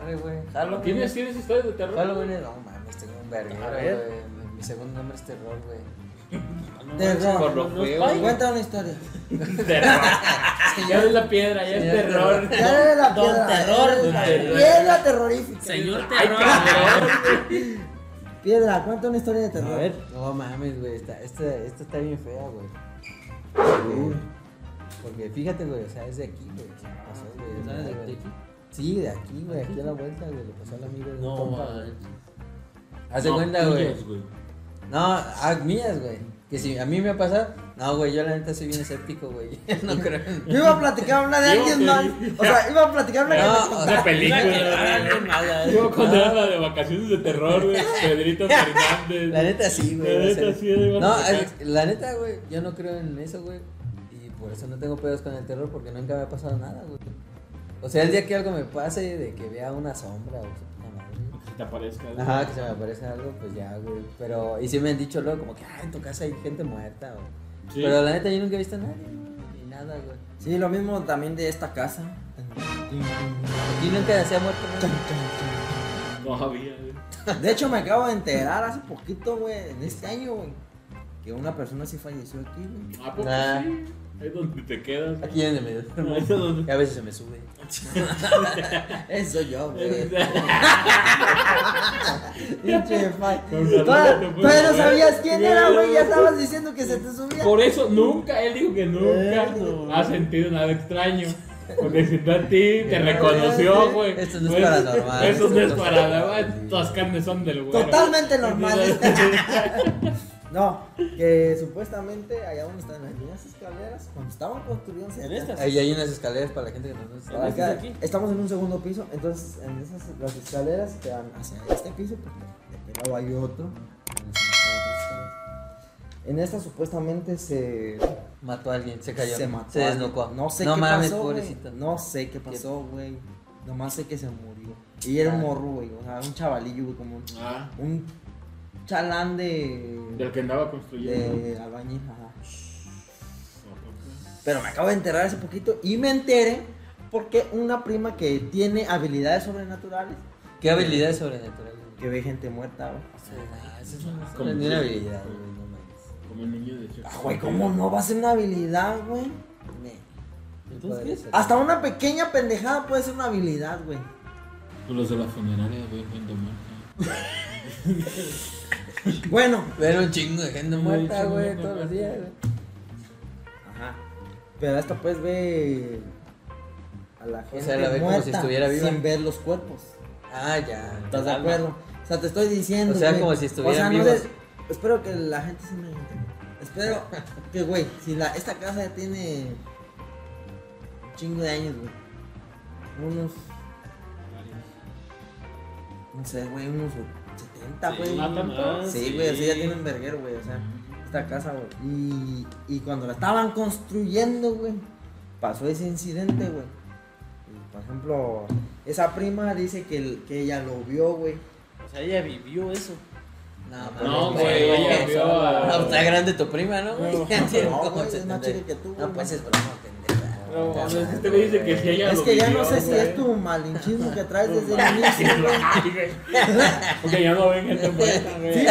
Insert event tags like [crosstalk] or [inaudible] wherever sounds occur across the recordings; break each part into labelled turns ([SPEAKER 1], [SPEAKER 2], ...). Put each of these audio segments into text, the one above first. [SPEAKER 1] nombre, güey. Halloween.
[SPEAKER 2] ¿Tienes, ¿Tienes historias de terror?
[SPEAKER 1] Halloween es. No mames, tengo un verguero,
[SPEAKER 2] A ver.
[SPEAKER 1] güey. Mi- Mi segundo nombre es terror, güey.
[SPEAKER 2] No manches, Por
[SPEAKER 1] Terror.
[SPEAKER 2] los
[SPEAKER 1] güey.
[SPEAKER 2] juegos.
[SPEAKER 1] Cuenta una historia.
[SPEAKER 2] [laughs] Terror. Ya no es la piedra, ya es
[SPEAKER 1] Señor
[SPEAKER 2] terror.
[SPEAKER 1] Ya era la
[SPEAKER 3] Don
[SPEAKER 1] piedra.
[SPEAKER 3] Terror.
[SPEAKER 1] era
[SPEAKER 2] Don
[SPEAKER 1] la-
[SPEAKER 2] Terror.
[SPEAKER 1] Piedra terrorífica.
[SPEAKER 3] Señor
[SPEAKER 2] Ay,
[SPEAKER 3] Terror.
[SPEAKER 2] cabrón.
[SPEAKER 1] Piedra, cuenta una historia de terror.
[SPEAKER 4] A ver.
[SPEAKER 1] No mames, güey. Esta, esta, esta está bien fea, güey. Porque- Porque fíjate, güey. O sea, es de aquí, güey. o sea, me pasó, güey,
[SPEAKER 4] ¿Sabes de
[SPEAKER 1] güey.
[SPEAKER 4] de aquí?
[SPEAKER 1] Sí, de aquí, güey. Aquí a la vuelta, güey. Le pasó al amigo de un
[SPEAKER 3] No,
[SPEAKER 1] compa,
[SPEAKER 3] man.
[SPEAKER 1] güey. Haz de
[SPEAKER 3] No,
[SPEAKER 1] cuenta, güey.
[SPEAKER 3] tuyos, güey.
[SPEAKER 1] No, a mías, güey. Que si a mí me pasa, no, güey, yo la neta soy bien escéptico, güey. [laughs] No creo. en-
[SPEAKER 4] Yo iba a platicar una de
[SPEAKER 2] Digo
[SPEAKER 4] alguien
[SPEAKER 2] que-
[SPEAKER 4] más. O sea, iba a platicar una
[SPEAKER 1] No,
[SPEAKER 4] de
[SPEAKER 1] o
[SPEAKER 2] Una
[SPEAKER 1] sea,
[SPEAKER 2] película. Yo cuando era la de vacaciones de terror, güey. Pedrito Fernández.
[SPEAKER 1] [laughs] la neta sí, güey.
[SPEAKER 2] La
[SPEAKER 1] o
[SPEAKER 2] neta
[SPEAKER 1] sea,
[SPEAKER 2] sí, ahí vas
[SPEAKER 1] No,
[SPEAKER 2] a sacar.
[SPEAKER 1] es- la neta, güey, yo no creo en eso, güey. Y por eso no tengo pedos con el terror, porque nunca me ha pasado nada, güey. O sea, el día que algo me pase, de que vea una sombra, o sea, puta madre, güey.
[SPEAKER 2] Que te aparezca. güey.
[SPEAKER 1] Ajá, que se me aparece algo, pues ya, güey. Pero, y sí me han dicho luego, como que, ah, en tu casa hay gente muerta, güey.
[SPEAKER 2] Sí.
[SPEAKER 1] Pero la neta, yo nunca he visto a nadie, güey, ni nada, güey.
[SPEAKER 4] Sí, lo mismo también de esta casa.
[SPEAKER 1] Y nunca se ha muerto nadie.
[SPEAKER 2] No había, güey.
[SPEAKER 4] De hecho, me acabo de enterar hace poquito, güey, en este año, güey, que una persona sí falleció aquí, güey. [laughs]
[SPEAKER 2] ¿A poco
[SPEAKER 1] Nah.
[SPEAKER 2] sí? Ahí es donde te
[SPEAKER 1] [laughs]
[SPEAKER 2] quedas. güey.
[SPEAKER 1] Aquí en el
[SPEAKER 2] [laughs]
[SPEAKER 1] medio.
[SPEAKER 2] Ahí es
[SPEAKER 1] Y
[SPEAKER 2] donde-
[SPEAKER 1] a veces se me sube.
[SPEAKER 4] Eso yo,
[SPEAKER 2] [laughs]
[SPEAKER 4] güey.
[SPEAKER 1] Pinche
[SPEAKER 4] [laughs]
[SPEAKER 1] fa-
[SPEAKER 2] Con
[SPEAKER 4] Todavía
[SPEAKER 2] razón te fue
[SPEAKER 4] todavía no
[SPEAKER 2] mal.
[SPEAKER 4] sabías quién era, güey. Ya estabas diciendo que se te subía.
[SPEAKER 2] Por eso nunca, él dijo que nunca
[SPEAKER 4] Eh, no.
[SPEAKER 2] ha sentido nada extraño. Porque sintió a ti, te reconoció, güey.
[SPEAKER 1] Esto no es
[SPEAKER 2] Pues,
[SPEAKER 1] paranormal.
[SPEAKER 2] Eso no es
[SPEAKER 1] Esto-
[SPEAKER 2] paranormal. Todas carnes son del güey.
[SPEAKER 4] Totalmente normales. No, que supuestamente allá donde están las niñas escaleras, cuando estaban construyendo
[SPEAKER 3] ¿En estas?
[SPEAKER 1] Ahí hay unas escaleras para la gente que no nos está.
[SPEAKER 4] Ah,
[SPEAKER 3] estas de aquí?
[SPEAKER 4] estamos en un segundo piso, entonces en esas las escaleras que dan hacia este piso, porque de este lado hay otro. en esas otras escaleras. En esta supuestamente se
[SPEAKER 1] Mató a alguien, se cayó.
[SPEAKER 4] se mató.
[SPEAKER 1] Se desnucó.
[SPEAKER 4] No sé
[SPEAKER 1] no
[SPEAKER 4] qué
[SPEAKER 1] mames,
[SPEAKER 4] pasó, güey.
[SPEAKER 1] pobrecito.
[SPEAKER 4] No sé qué pasó, güey. Nomás sé que se murió. Y era un morro, güey. O sea, un chavalillo, güey, como un,
[SPEAKER 2] Ah,
[SPEAKER 4] un chalán de.
[SPEAKER 2] del que andaba construyendo.
[SPEAKER 4] de albañil, ajá. Pero me acabo de enterar hace poquito y me enteré porque una prima que tiene habilidades sobrenaturales,
[SPEAKER 1] Qué habilidades sobrenaturales.
[SPEAKER 4] que ve gente muerta, güey.
[SPEAKER 1] Ah, eso es una-
[SPEAKER 2] Como-
[SPEAKER 1] Ni una habilidad, güey, no mames.
[SPEAKER 2] Como el niño de hecho.
[SPEAKER 4] Ah, güey, ¿cómo no va a ser una habilidad, güey? Pues
[SPEAKER 1] Poder
[SPEAKER 3] Entonces,
[SPEAKER 1] hacer-
[SPEAKER 4] Hasta una pequeña pendejada puede ser una habilidad, güey.
[SPEAKER 2] Pues los de la funeraria ven gente muerta.
[SPEAKER 4] Bueno,
[SPEAKER 1] Ver un chingo de gente
[SPEAKER 2] Un
[SPEAKER 1] muerta,
[SPEAKER 2] chingo de
[SPEAKER 1] güey,
[SPEAKER 2] gente
[SPEAKER 1] todos los
[SPEAKER 2] muerta.
[SPEAKER 1] días, güey.
[SPEAKER 4] Ajá. Pero esta pues ve a la gente
[SPEAKER 1] sea, la ve como
[SPEAKER 4] muerta
[SPEAKER 1] si estuviera viva.
[SPEAKER 4] sin ver los cuerpos.
[SPEAKER 1] Ah, ya.
[SPEAKER 4] ¿Estás de
[SPEAKER 1] Alma.
[SPEAKER 4] acuerdo? O sea, te estoy diciendo.
[SPEAKER 1] O sea,
[SPEAKER 4] güey.
[SPEAKER 1] como si estuvieran
[SPEAKER 4] no
[SPEAKER 1] vivos.
[SPEAKER 4] sé, espero que la gente sí me entienda. Espero que, güey, si la, esta casa ya tiene un chingo de años, güey. Unos, no sé, güey, unos 70,
[SPEAKER 3] Sí,
[SPEAKER 4] güey.
[SPEAKER 2] ¿no tanto?
[SPEAKER 4] Sí,
[SPEAKER 3] Sí.
[SPEAKER 4] güey, así ya tiene un verguero, güey, o sea, esta casa, güey. Y, y cuando la estaban construyendo, güey, pasó ese incidente, güey. Y, Por ejemplo, esa prima dice que, el- que ella lo vio, güey.
[SPEAKER 3] o sea, ella vivió eso.
[SPEAKER 1] No,
[SPEAKER 2] No,
[SPEAKER 1] mames,
[SPEAKER 2] güey, ella
[SPEAKER 1] eso-
[SPEAKER 2] vio
[SPEAKER 1] No, pues,
[SPEAKER 2] a.
[SPEAKER 1] está grande tu prima, ¿no, güey? [laughs]
[SPEAKER 4] No,
[SPEAKER 1] Ya tiene
[SPEAKER 4] no,
[SPEAKER 1] como
[SPEAKER 4] güey, es más
[SPEAKER 1] 70.
[SPEAKER 4] chica que tú, güey.
[SPEAKER 1] No, pues es broma, pendeja.
[SPEAKER 2] No, mames, este güey dice que si ella
[SPEAKER 4] es
[SPEAKER 2] lo
[SPEAKER 4] que ya no
[SPEAKER 2] vivió,
[SPEAKER 4] sé si
[SPEAKER 2] güey.
[SPEAKER 4] es tu malinchismo que traes
[SPEAKER 2] [laughs]
[SPEAKER 4] desde el inicio, güey.
[SPEAKER 2] Porque ya no ven gente muerta, güey.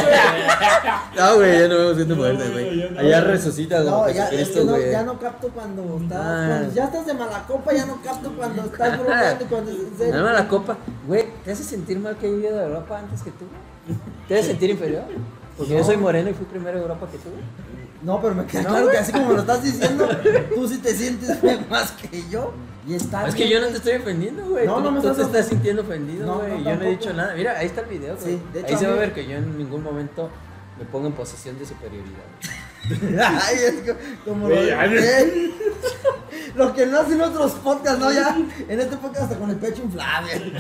[SPEAKER 1] No, güey, ya no vemos gente
[SPEAKER 2] No,
[SPEAKER 1] muerta,
[SPEAKER 2] güey, ya
[SPEAKER 1] güey.
[SPEAKER 2] no.
[SPEAKER 1] Allá resucita como
[SPEAKER 4] No, ya, es que
[SPEAKER 1] Jesucristo,
[SPEAKER 4] no,
[SPEAKER 1] güey.
[SPEAKER 4] ya no capto cuando estás,
[SPEAKER 1] Ah.
[SPEAKER 4] cuando ya estás de mala copa, ya no capto cuando estás bromeando y cuando es en serio.
[SPEAKER 1] Nada más la copa. Güey, ¿te hace sentir mal que he vivido de Europa antes que tú? güey? ¿Te hace sentir inferior? Porque yo soy moreno y fui primero de Europa que tú. güey.
[SPEAKER 4] No, pero me queda claro que así como lo estás diciendo, tú sí te sientes [laughs] güey, más que yo. Y está
[SPEAKER 1] Es que yo
[SPEAKER 4] bien.
[SPEAKER 1] no te estoy ofendiendo, güey.
[SPEAKER 4] Ah, No,
[SPEAKER 1] tú,
[SPEAKER 4] no me
[SPEAKER 1] tú
[SPEAKER 4] estás
[SPEAKER 1] te
[SPEAKER 4] of-
[SPEAKER 1] estás sintiendo ofendido,
[SPEAKER 4] No,
[SPEAKER 1] güey.
[SPEAKER 4] no,
[SPEAKER 1] yo no he
[SPEAKER 4] tampoco.
[SPEAKER 1] dicho nada. Mira, ahí está el video, güey.
[SPEAKER 4] Sí, de hecho,
[SPEAKER 1] ahí
[SPEAKER 4] a
[SPEAKER 1] se va a
[SPEAKER 4] mí-
[SPEAKER 1] ver que yo en ningún momento me pongo en posición de
[SPEAKER 4] [laughs]
[SPEAKER 1] superioridad. güey.
[SPEAKER 4] Ay, es que como lo,
[SPEAKER 2] Güey, ya no-
[SPEAKER 4] Eh, lo que no hacen otros podcasts, ¿no? Ya en este podcast hasta con el pecho inflado. güey.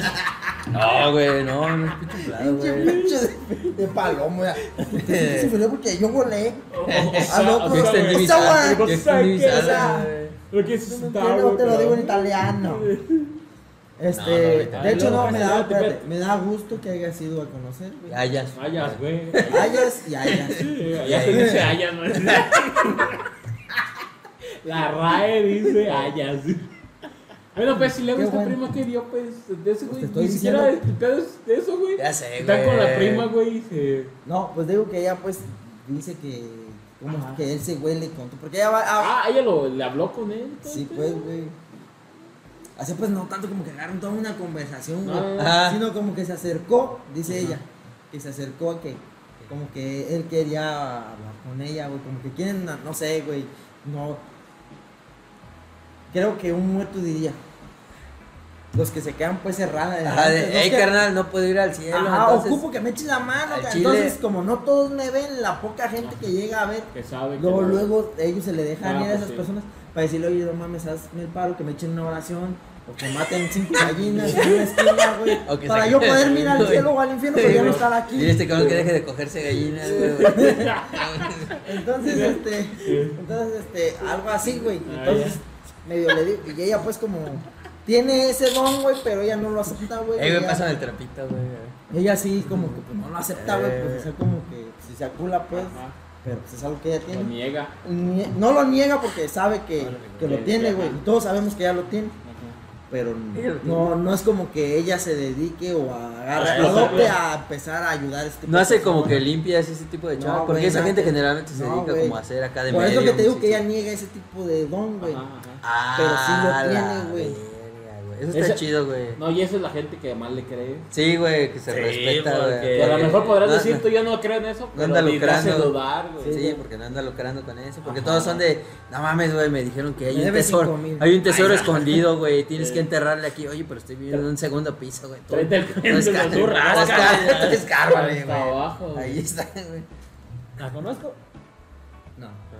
[SPEAKER 1] No, güey, no, no es pinche inflado,
[SPEAKER 4] Pinche
[SPEAKER 1] güey.
[SPEAKER 4] pecho de, de palomo, ya. Se influyó porque yo volé.
[SPEAKER 2] O- o- o sea,
[SPEAKER 4] Ah, no,
[SPEAKER 2] o
[SPEAKER 4] pues,
[SPEAKER 2] sea,
[SPEAKER 4] este
[SPEAKER 2] güey,
[SPEAKER 4] ni-
[SPEAKER 1] Yo
[SPEAKER 2] Pues,
[SPEAKER 1] extendí mis
[SPEAKER 2] ¿sabes
[SPEAKER 4] qué? O sea,
[SPEAKER 1] alas, güey.
[SPEAKER 2] Lo que es
[SPEAKER 4] Yo no
[SPEAKER 2] está,
[SPEAKER 4] entiendo, te lo
[SPEAKER 2] güey,
[SPEAKER 4] digo en
[SPEAKER 2] pero-
[SPEAKER 4] italiano. Este,
[SPEAKER 1] No, no,
[SPEAKER 4] de hecho,
[SPEAKER 2] no,
[SPEAKER 4] no,
[SPEAKER 2] no,
[SPEAKER 4] me
[SPEAKER 2] no,
[SPEAKER 4] da,
[SPEAKER 2] no,
[SPEAKER 4] espérate,
[SPEAKER 2] no.
[SPEAKER 4] me da gusto que hayas ido a conocer, güey.
[SPEAKER 1] Hayas.
[SPEAKER 2] Hayas, güey.
[SPEAKER 4] Hayas y hayas.
[SPEAKER 2] Sí, Ya se dice hayas, ¿no? [laughs] La RAE dice hayas. Bueno, pues si luego
[SPEAKER 4] Qué
[SPEAKER 2] esta
[SPEAKER 4] bueno.
[SPEAKER 2] prima que dio, pues, de ese güey,
[SPEAKER 4] estoy
[SPEAKER 2] ni siquiera
[SPEAKER 4] diciendo-
[SPEAKER 2] el pedo es de eso, güey.
[SPEAKER 1] Ya sé,
[SPEAKER 2] Está con la
[SPEAKER 1] güey.
[SPEAKER 2] prima, güey, y se...
[SPEAKER 4] No, pues digo que ella pues dice que como
[SPEAKER 2] Ajá.
[SPEAKER 4] que él se huele con contó. Porque ella va. ah,
[SPEAKER 2] Ah, ella lo, le habló con él. todo
[SPEAKER 4] sí,
[SPEAKER 2] el pedo.
[SPEAKER 4] pues, güey. Así pues no tanto como que agarraron toda una conversación,
[SPEAKER 2] No,
[SPEAKER 4] güey.
[SPEAKER 2] no, no.
[SPEAKER 1] Ajá.
[SPEAKER 4] Sino como que se acercó, dice
[SPEAKER 2] Ajá.
[SPEAKER 4] ella. Que se acercó a que como que él quería hablar con ella, güey. Como que quieren, no sé, güey. No. Creo que un muerto diría. Los que se quedan pues cerradas.
[SPEAKER 1] Ajá, Ah, de,
[SPEAKER 4] delante, los
[SPEAKER 1] hey,
[SPEAKER 4] que-
[SPEAKER 1] carnal, no puedo ir al cielo.
[SPEAKER 4] Ajá,
[SPEAKER 1] entonces,
[SPEAKER 4] ocupo que me eches la mano.
[SPEAKER 1] al
[SPEAKER 4] ca-
[SPEAKER 1] chile-
[SPEAKER 4] Entonces, como no todos me ven, la poca gente que llega a ver,
[SPEAKER 2] Que sabe que
[SPEAKER 4] luego,
[SPEAKER 2] no-
[SPEAKER 4] luego ellos se le dejan
[SPEAKER 2] Ah,
[SPEAKER 4] ir a
[SPEAKER 2] pues
[SPEAKER 4] esas
[SPEAKER 2] sí.
[SPEAKER 4] personas para decirle, oye, no mames, hazme el paro, que me echen una oración, o que maten
[SPEAKER 1] [laughs]
[SPEAKER 4] cinco gallinas en una esquina, güey,
[SPEAKER 1] O que
[SPEAKER 4] para
[SPEAKER 1] se-
[SPEAKER 4] yo poder mirar al
[SPEAKER 1] güey.
[SPEAKER 4] cielo o al infierno,
[SPEAKER 1] Sí,
[SPEAKER 4] pero ya no
[SPEAKER 1] güey.
[SPEAKER 4] estar
[SPEAKER 1] Dile a
[SPEAKER 4] aquí.
[SPEAKER 1] este cabrón que deje de cogerse gallinas, [laughs] güey.
[SPEAKER 4] Entonces, este, entonces, este, algo así, güey.
[SPEAKER 2] Ah,
[SPEAKER 4] Entonces, medio le digo, y ella pues como... Tiene ese don, güey, pero ella no lo acepta, güey.
[SPEAKER 1] Ey, güey,
[SPEAKER 4] ella-
[SPEAKER 1] pásame el trapito, güey. a
[SPEAKER 4] Ella sí, como que pues, no lo acepta, güey, pues
[SPEAKER 1] Eh.
[SPEAKER 4] o sea, como que si se acula, pues,
[SPEAKER 2] Ajá,
[SPEAKER 4] pero pues es algo que ella
[SPEAKER 2] Lo
[SPEAKER 4] tiene.
[SPEAKER 2] niega.
[SPEAKER 4] Nie- No lo niega porque sabe que, que lo
[SPEAKER 2] que-
[SPEAKER 4] tiene,
[SPEAKER 2] que-
[SPEAKER 4] güey, y todos sabemos que ya lo tiene,
[SPEAKER 2] Ajá.
[SPEAKER 4] pero
[SPEAKER 1] Sí, lo
[SPEAKER 4] no, no es como que ella se dedique o agarre,
[SPEAKER 2] Ajá.
[SPEAKER 4] adopte a empezar a ayudar a
[SPEAKER 1] ver.
[SPEAKER 4] este tipo
[SPEAKER 1] Ah, No
[SPEAKER 4] de
[SPEAKER 1] hace como que
[SPEAKER 4] personas.
[SPEAKER 1] limpias ese tipo de
[SPEAKER 4] No,
[SPEAKER 1] chavos,
[SPEAKER 4] güey,
[SPEAKER 1] porque esa
[SPEAKER 4] nada
[SPEAKER 1] gente
[SPEAKER 4] que-
[SPEAKER 1] generalmente se
[SPEAKER 4] no,
[SPEAKER 1] dedica
[SPEAKER 4] güey.
[SPEAKER 1] como a hacer acá de
[SPEAKER 4] Por eso que
[SPEAKER 1] medium,
[SPEAKER 4] te digo
[SPEAKER 1] sí,
[SPEAKER 4] que
[SPEAKER 1] sí.
[SPEAKER 4] ella niega ese tipo de don, güey.
[SPEAKER 2] Ajá, ajá.
[SPEAKER 1] Ah,
[SPEAKER 4] pero sí lo tiene,
[SPEAKER 1] la
[SPEAKER 4] güey.
[SPEAKER 1] verga, güey. Eso está
[SPEAKER 2] Esa-
[SPEAKER 1] chido, güey.
[SPEAKER 2] No, y esa es la gente que más le cree.
[SPEAKER 1] Sí, güey, que se
[SPEAKER 3] Sí,
[SPEAKER 1] respeta,
[SPEAKER 3] porque-
[SPEAKER 1] güey.
[SPEAKER 2] Que a lo mejor podrás
[SPEAKER 1] Eh, No,
[SPEAKER 2] decir,
[SPEAKER 1] no.
[SPEAKER 2] tú yo no creo en eso, pero
[SPEAKER 1] anda
[SPEAKER 2] ni te hace
[SPEAKER 1] lucrando.
[SPEAKER 2] dudar, güey.
[SPEAKER 1] Sí, porque no anda lucrando con eso. Porque
[SPEAKER 2] Ajá.
[SPEAKER 1] todos son de, no mames, güey, me dijeron que
[SPEAKER 4] Me
[SPEAKER 1] hay un
[SPEAKER 4] debes
[SPEAKER 1] tesoro.
[SPEAKER 4] cinco mil".
[SPEAKER 1] Hay un tesoro escondido, güey. Tienes
[SPEAKER 2] Sí.
[SPEAKER 1] que enterrarle aquí. Oye, pero estoy viviendo en un segundo piso, güey. Tú-
[SPEAKER 2] Tráete el
[SPEAKER 1] tú
[SPEAKER 2] cuento,
[SPEAKER 1] esca-
[SPEAKER 2] tú
[SPEAKER 1] tú
[SPEAKER 2] rasca,
[SPEAKER 1] esca-
[SPEAKER 2] güey.
[SPEAKER 1] tú escárrale,
[SPEAKER 2] Hasta
[SPEAKER 1] güey.
[SPEAKER 2] abajo, güey.
[SPEAKER 1] Ahí está, güey.
[SPEAKER 3] ¿La conozco?
[SPEAKER 1] No.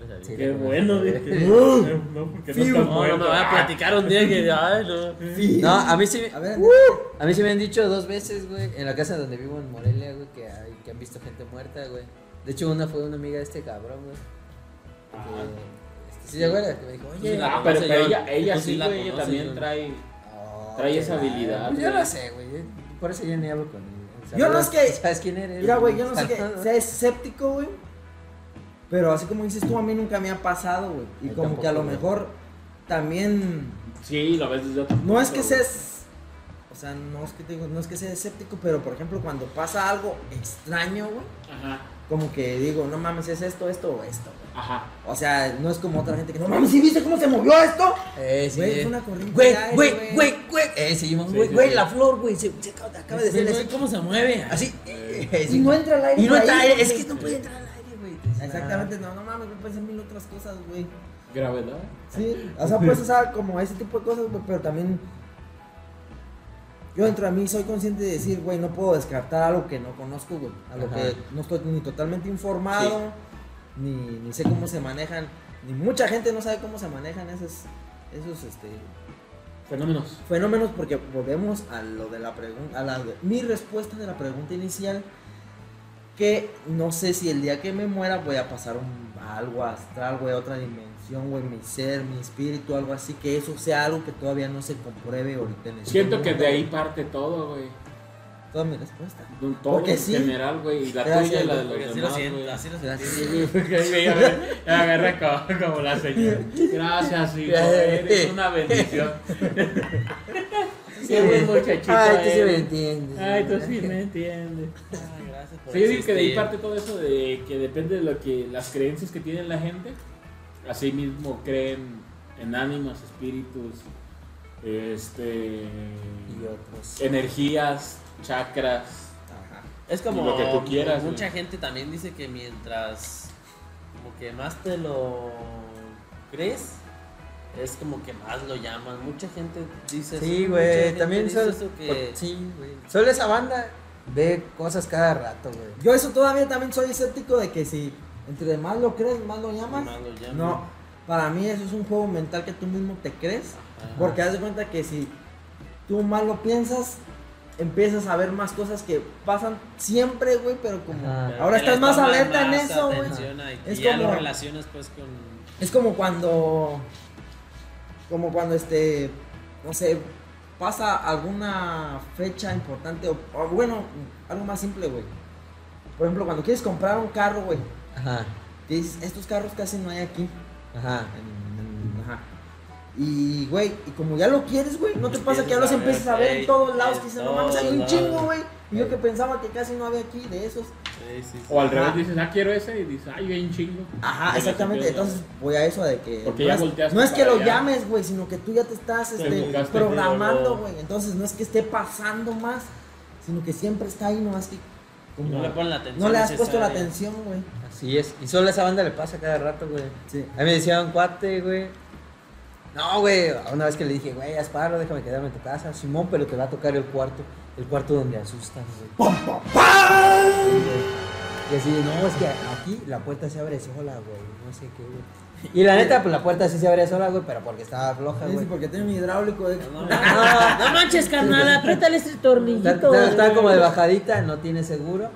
[SPEAKER 3] Gracias a
[SPEAKER 1] Sí,
[SPEAKER 3] Dios.
[SPEAKER 2] Qué
[SPEAKER 1] la
[SPEAKER 2] bueno,
[SPEAKER 1] conozco.
[SPEAKER 2] dije. No, porque no
[SPEAKER 4] Fiu.
[SPEAKER 2] estás
[SPEAKER 3] No, no
[SPEAKER 2] muerto.
[SPEAKER 3] me voy a platicar un día que. Ay, no.
[SPEAKER 4] Sí.
[SPEAKER 1] No, a mí sí. uh,
[SPEAKER 4] A ver,
[SPEAKER 1] A mí sí me han dicho dos veces, güey, en la casa donde vivo en Morelia, güey, que, hay- que han visto gente muerta, güey. De hecho, una fue una amiga de este cabrón, güey.
[SPEAKER 2] Ah.
[SPEAKER 1] que- este, ¿Sí te acuerdas? Que me dijo,
[SPEAKER 3] Sí,
[SPEAKER 1] oye,
[SPEAKER 3] la-
[SPEAKER 2] Ah, pero,
[SPEAKER 3] conoce,
[SPEAKER 2] pero
[SPEAKER 3] John.
[SPEAKER 2] ella, ella
[SPEAKER 3] Tú sí
[SPEAKER 2] sí,
[SPEAKER 3] la
[SPEAKER 2] güey, ella
[SPEAKER 3] conoces,
[SPEAKER 2] también
[SPEAKER 3] John.
[SPEAKER 2] trae...
[SPEAKER 1] oh,
[SPEAKER 2] trae
[SPEAKER 1] qué
[SPEAKER 2] esa
[SPEAKER 1] la-
[SPEAKER 2] habilidad,
[SPEAKER 1] Pues yo
[SPEAKER 2] güey.
[SPEAKER 1] no sé, güey. yo- Por eso yo ni hablo con él.
[SPEAKER 4] Yo no es que-
[SPEAKER 1] ¿Sabes quién eres?
[SPEAKER 4] Mira, güey, yo no sé
[SPEAKER 1] [laughs]
[SPEAKER 4] qué,
[SPEAKER 1] Saludos.
[SPEAKER 4] sea escéptico, güey. Pero así como dices tú, a mí nunca me ha pasado, güey. Y
[SPEAKER 1] Yo
[SPEAKER 4] como que a lo
[SPEAKER 1] tampoco, güey.
[SPEAKER 4] mejor también.
[SPEAKER 2] Sí, lo ves desde otro
[SPEAKER 4] No
[SPEAKER 2] punto,
[SPEAKER 4] es que
[SPEAKER 2] güey.
[SPEAKER 4] seas. O sea, no es que te digo, no es que sea escéptico, pero por ejemplo, cuando pasa algo extraño, güey.
[SPEAKER 2] Ajá,
[SPEAKER 4] Como que digo, no mames, es esto, esto o esto, güey.
[SPEAKER 2] ajá.
[SPEAKER 4] O sea, no es como otra gente que no mames, ¿sí viste cómo se movió esto?
[SPEAKER 1] Eh, sí.
[SPEAKER 4] Güey, es una corriente
[SPEAKER 1] Güey,
[SPEAKER 4] de aire,
[SPEAKER 1] güey,
[SPEAKER 4] güey.
[SPEAKER 1] güey, güey. Eh, seguimos,
[SPEAKER 2] Sí,
[SPEAKER 1] güey,
[SPEAKER 2] sí,
[SPEAKER 1] güey,
[SPEAKER 2] sí.
[SPEAKER 1] la flor, güey. Se, se acaba- acaba de
[SPEAKER 3] Ves,
[SPEAKER 1] ser
[SPEAKER 3] güey,
[SPEAKER 1] así.
[SPEAKER 3] ¿Cómo se mueve?
[SPEAKER 1] Así. eh, eh,
[SPEAKER 4] Y no entra el aire.
[SPEAKER 1] Y no
[SPEAKER 4] por
[SPEAKER 1] entra
[SPEAKER 4] ahí,
[SPEAKER 1] aire. Es
[SPEAKER 4] güey.
[SPEAKER 1] que no puede entrar al aire, güey.
[SPEAKER 4] Exactamente, no, no mames, me parecen mil otras cosas, güey.
[SPEAKER 2] Gravedad.
[SPEAKER 4] Sí, o sea, pues, o sea, como ese tipo de cosas, güey, pero también yo dentro de mí soy consciente de decir, güey, no puedo descartar algo que no conozco, güey, a lo
[SPEAKER 1] Ajá.
[SPEAKER 4] que no estoy ni totalmente informado, ni, ni sé cómo se manejan, ni mucha gente no sabe cómo se manejan esos, esos, este,
[SPEAKER 2] Fenómenos.
[SPEAKER 4] fenómenos, porque volvemos a lo de la pregunta, a la, mi respuesta de la pregunta inicial, que no sé si el día que me muera voy a pasar un- a algo astral, güey, a otra dimensión, güey, mi ser, mi espíritu, algo así, que eso sea algo que todavía no se compruebe ahorita en este
[SPEAKER 2] Siento que
[SPEAKER 4] mundo.
[SPEAKER 2] de ahí parte todo, güey.
[SPEAKER 4] Toda mi respuesta.
[SPEAKER 2] De un Todo
[SPEAKER 4] Porque
[SPEAKER 2] en
[SPEAKER 4] sí.
[SPEAKER 2] general, güey. Y la
[SPEAKER 4] Gracias,
[SPEAKER 2] tuya y la de
[SPEAKER 3] Porque
[SPEAKER 2] los
[SPEAKER 3] así lo
[SPEAKER 2] demás,
[SPEAKER 3] siento,
[SPEAKER 2] güey.
[SPEAKER 3] así lo siento.
[SPEAKER 1] Gracias.
[SPEAKER 2] Me agarra- me agarra como, como la señora. Gracias, hijo. Eres una bendición. Sí, buen muchachito.
[SPEAKER 1] Ay, tú sí me
[SPEAKER 2] eres.
[SPEAKER 1] entiendes.
[SPEAKER 2] Ay, tú sí me entiendes.
[SPEAKER 3] Ay, gracias por
[SPEAKER 2] Sí, yo digo que de ahí
[SPEAKER 3] existir.
[SPEAKER 2] parte todo eso de que depende de lo que las creencias que tiene la gente. Así mismo creen en ánimas, espíritus, este,
[SPEAKER 1] Y otros.
[SPEAKER 2] energías, chakras.
[SPEAKER 4] Ajá.
[SPEAKER 3] Es como
[SPEAKER 2] Lo que tú quieras,
[SPEAKER 3] mucha
[SPEAKER 2] güey.
[SPEAKER 3] gente también dice que mientras como que más te lo crees, es como que más lo llaman. Mucha gente dice eso,
[SPEAKER 1] Sí,
[SPEAKER 3] mucha
[SPEAKER 1] güey,
[SPEAKER 3] gente
[SPEAKER 1] también
[SPEAKER 3] dice
[SPEAKER 1] solo,
[SPEAKER 3] eso que
[SPEAKER 1] por- sí, güey. Solo esa banda ve cosas cada rato, güey.
[SPEAKER 4] Yo eso todavía también soy escéptico de que si entre más lo crees, más lo llamas.
[SPEAKER 3] más lo llaman.
[SPEAKER 4] No, para mí eso es un juego mental que tú mismo te crees.
[SPEAKER 3] Ajá.
[SPEAKER 4] Porque haz de cuenta que si tú mal lo piensas, empiezas a ver más cosas que pasan siempre, güey, pero como...
[SPEAKER 1] Ajá.
[SPEAKER 3] Pero
[SPEAKER 4] Ahora
[SPEAKER 3] que le
[SPEAKER 4] estás más
[SPEAKER 3] toman
[SPEAKER 4] alerta en
[SPEAKER 3] más
[SPEAKER 4] eso, güey.
[SPEAKER 3] atención a-
[SPEAKER 4] Es
[SPEAKER 3] y ya
[SPEAKER 4] como-
[SPEAKER 3] lo relacionas pues con...
[SPEAKER 4] Es como cuando... Como cuando este... No sé, pasa alguna fecha importante o, o bueno, algo más simple, güey. Por ejemplo, cuando quieres comprar un carro, güey,
[SPEAKER 1] Ajá,
[SPEAKER 4] que dices, estos carros casi no hay aquí.
[SPEAKER 1] ajá.
[SPEAKER 4] En- en- ajá. Y, güey, y como ya lo quieres, güey, ¿no te pasa que ya los
[SPEAKER 3] Empiezas
[SPEAKER 4] empiezas
[SPEAKER 3] a
[SPEAKER 4] a
[SPEAKER 3] ver,
[SPEAKER 4] ver en todos
[SPEAKER 3] ey,
[SPEAKER 4] lados?
[SPEAKER 3] en
[SPEAKER 4] Que dices, no mames, hay un
[SPEAKER 3] todos
[SPEAKER 4] chingo,
[SPEAKER 3] lados.
[SPEAKER 4] güey. Y yo que pensaba que casi no había aquí de esos.
[SPEAKER 3] Sí, sí, sí.
[SPEAKER 2] O al
[SPEAKER 4] Ajá.
[SPEAKER 2] revés dices, ah, quiero ese. Y dices, ay, hay un chingo. Y
[SPEAKER 4] Ajá,
[SPEAKER 2] los
[SPEAKER 4] exactamente.
[SPEAKER 2] empiezas a-
[SPEAKER 4] Entonces voy a eso de que.
[SPEAKER 2] Porque
[SPEAKER 4] no
[SPEAKER 2] ya
[SPEAKER 4] es-
[SPEAKER 2] volteaste
[SPEAKER 4] No es que
[SPEAKER 2] para
[SPEAKER 4] lo
[SPEAKER 2] allá.
[SPEAKER 4] llames, güey, sino que tú ya te estás
[SPEAKER 2] Te
[SPEAKER 4] este,
[SPEAKER 2] enfocaste,
[SPEAKER 4] programando,
[SPEAKER 2] pero no-
[SPEAKER 4] güey. Entonces no es que esté pasando más, sino que siempre está ahí, nomás que. como-
[SPEAKER 3] No le ponen la atención.
[SPEAKER 4] no le has puesto la
[SPEAKER 3] necesaria.
[SPEAKER 4] atención, güey.
[SPEAKER 1] Así es. Y solo a esa banda le pasa cada rato, güey.
[SPEAKER 4] Sí.
[SPEAKER 1] A mí me decía un cuate, güey. No, güey. Una vez que le dije, güey, Asparo, déjame quedarme en tu casa. Simón, pero te va a tocar el cuarto. El cuarto donde asustan, güey. Y así, no, es que aquí la puerta se abre sola, güey. No sé qué, güey. Y la neta, pues la puerta sí se abre sola, güey, pero porque estaba floja,
[SPEAKER 4] Sí,
[SPEAKER 1] güey.
[SPEAKER 4] porque tiene un hidráulico. De...
[SPEAKER 3] No,
[SPEAKER 1] No,
[SPEAKER 3] no,
[SPEAKER 5] No manches, carnal, apriétale este
[SPEAKER 1] está,
[SPEAKER 5] tornillito.
[SPEAKER 1] está- está como de bajadita, no tiene seguro.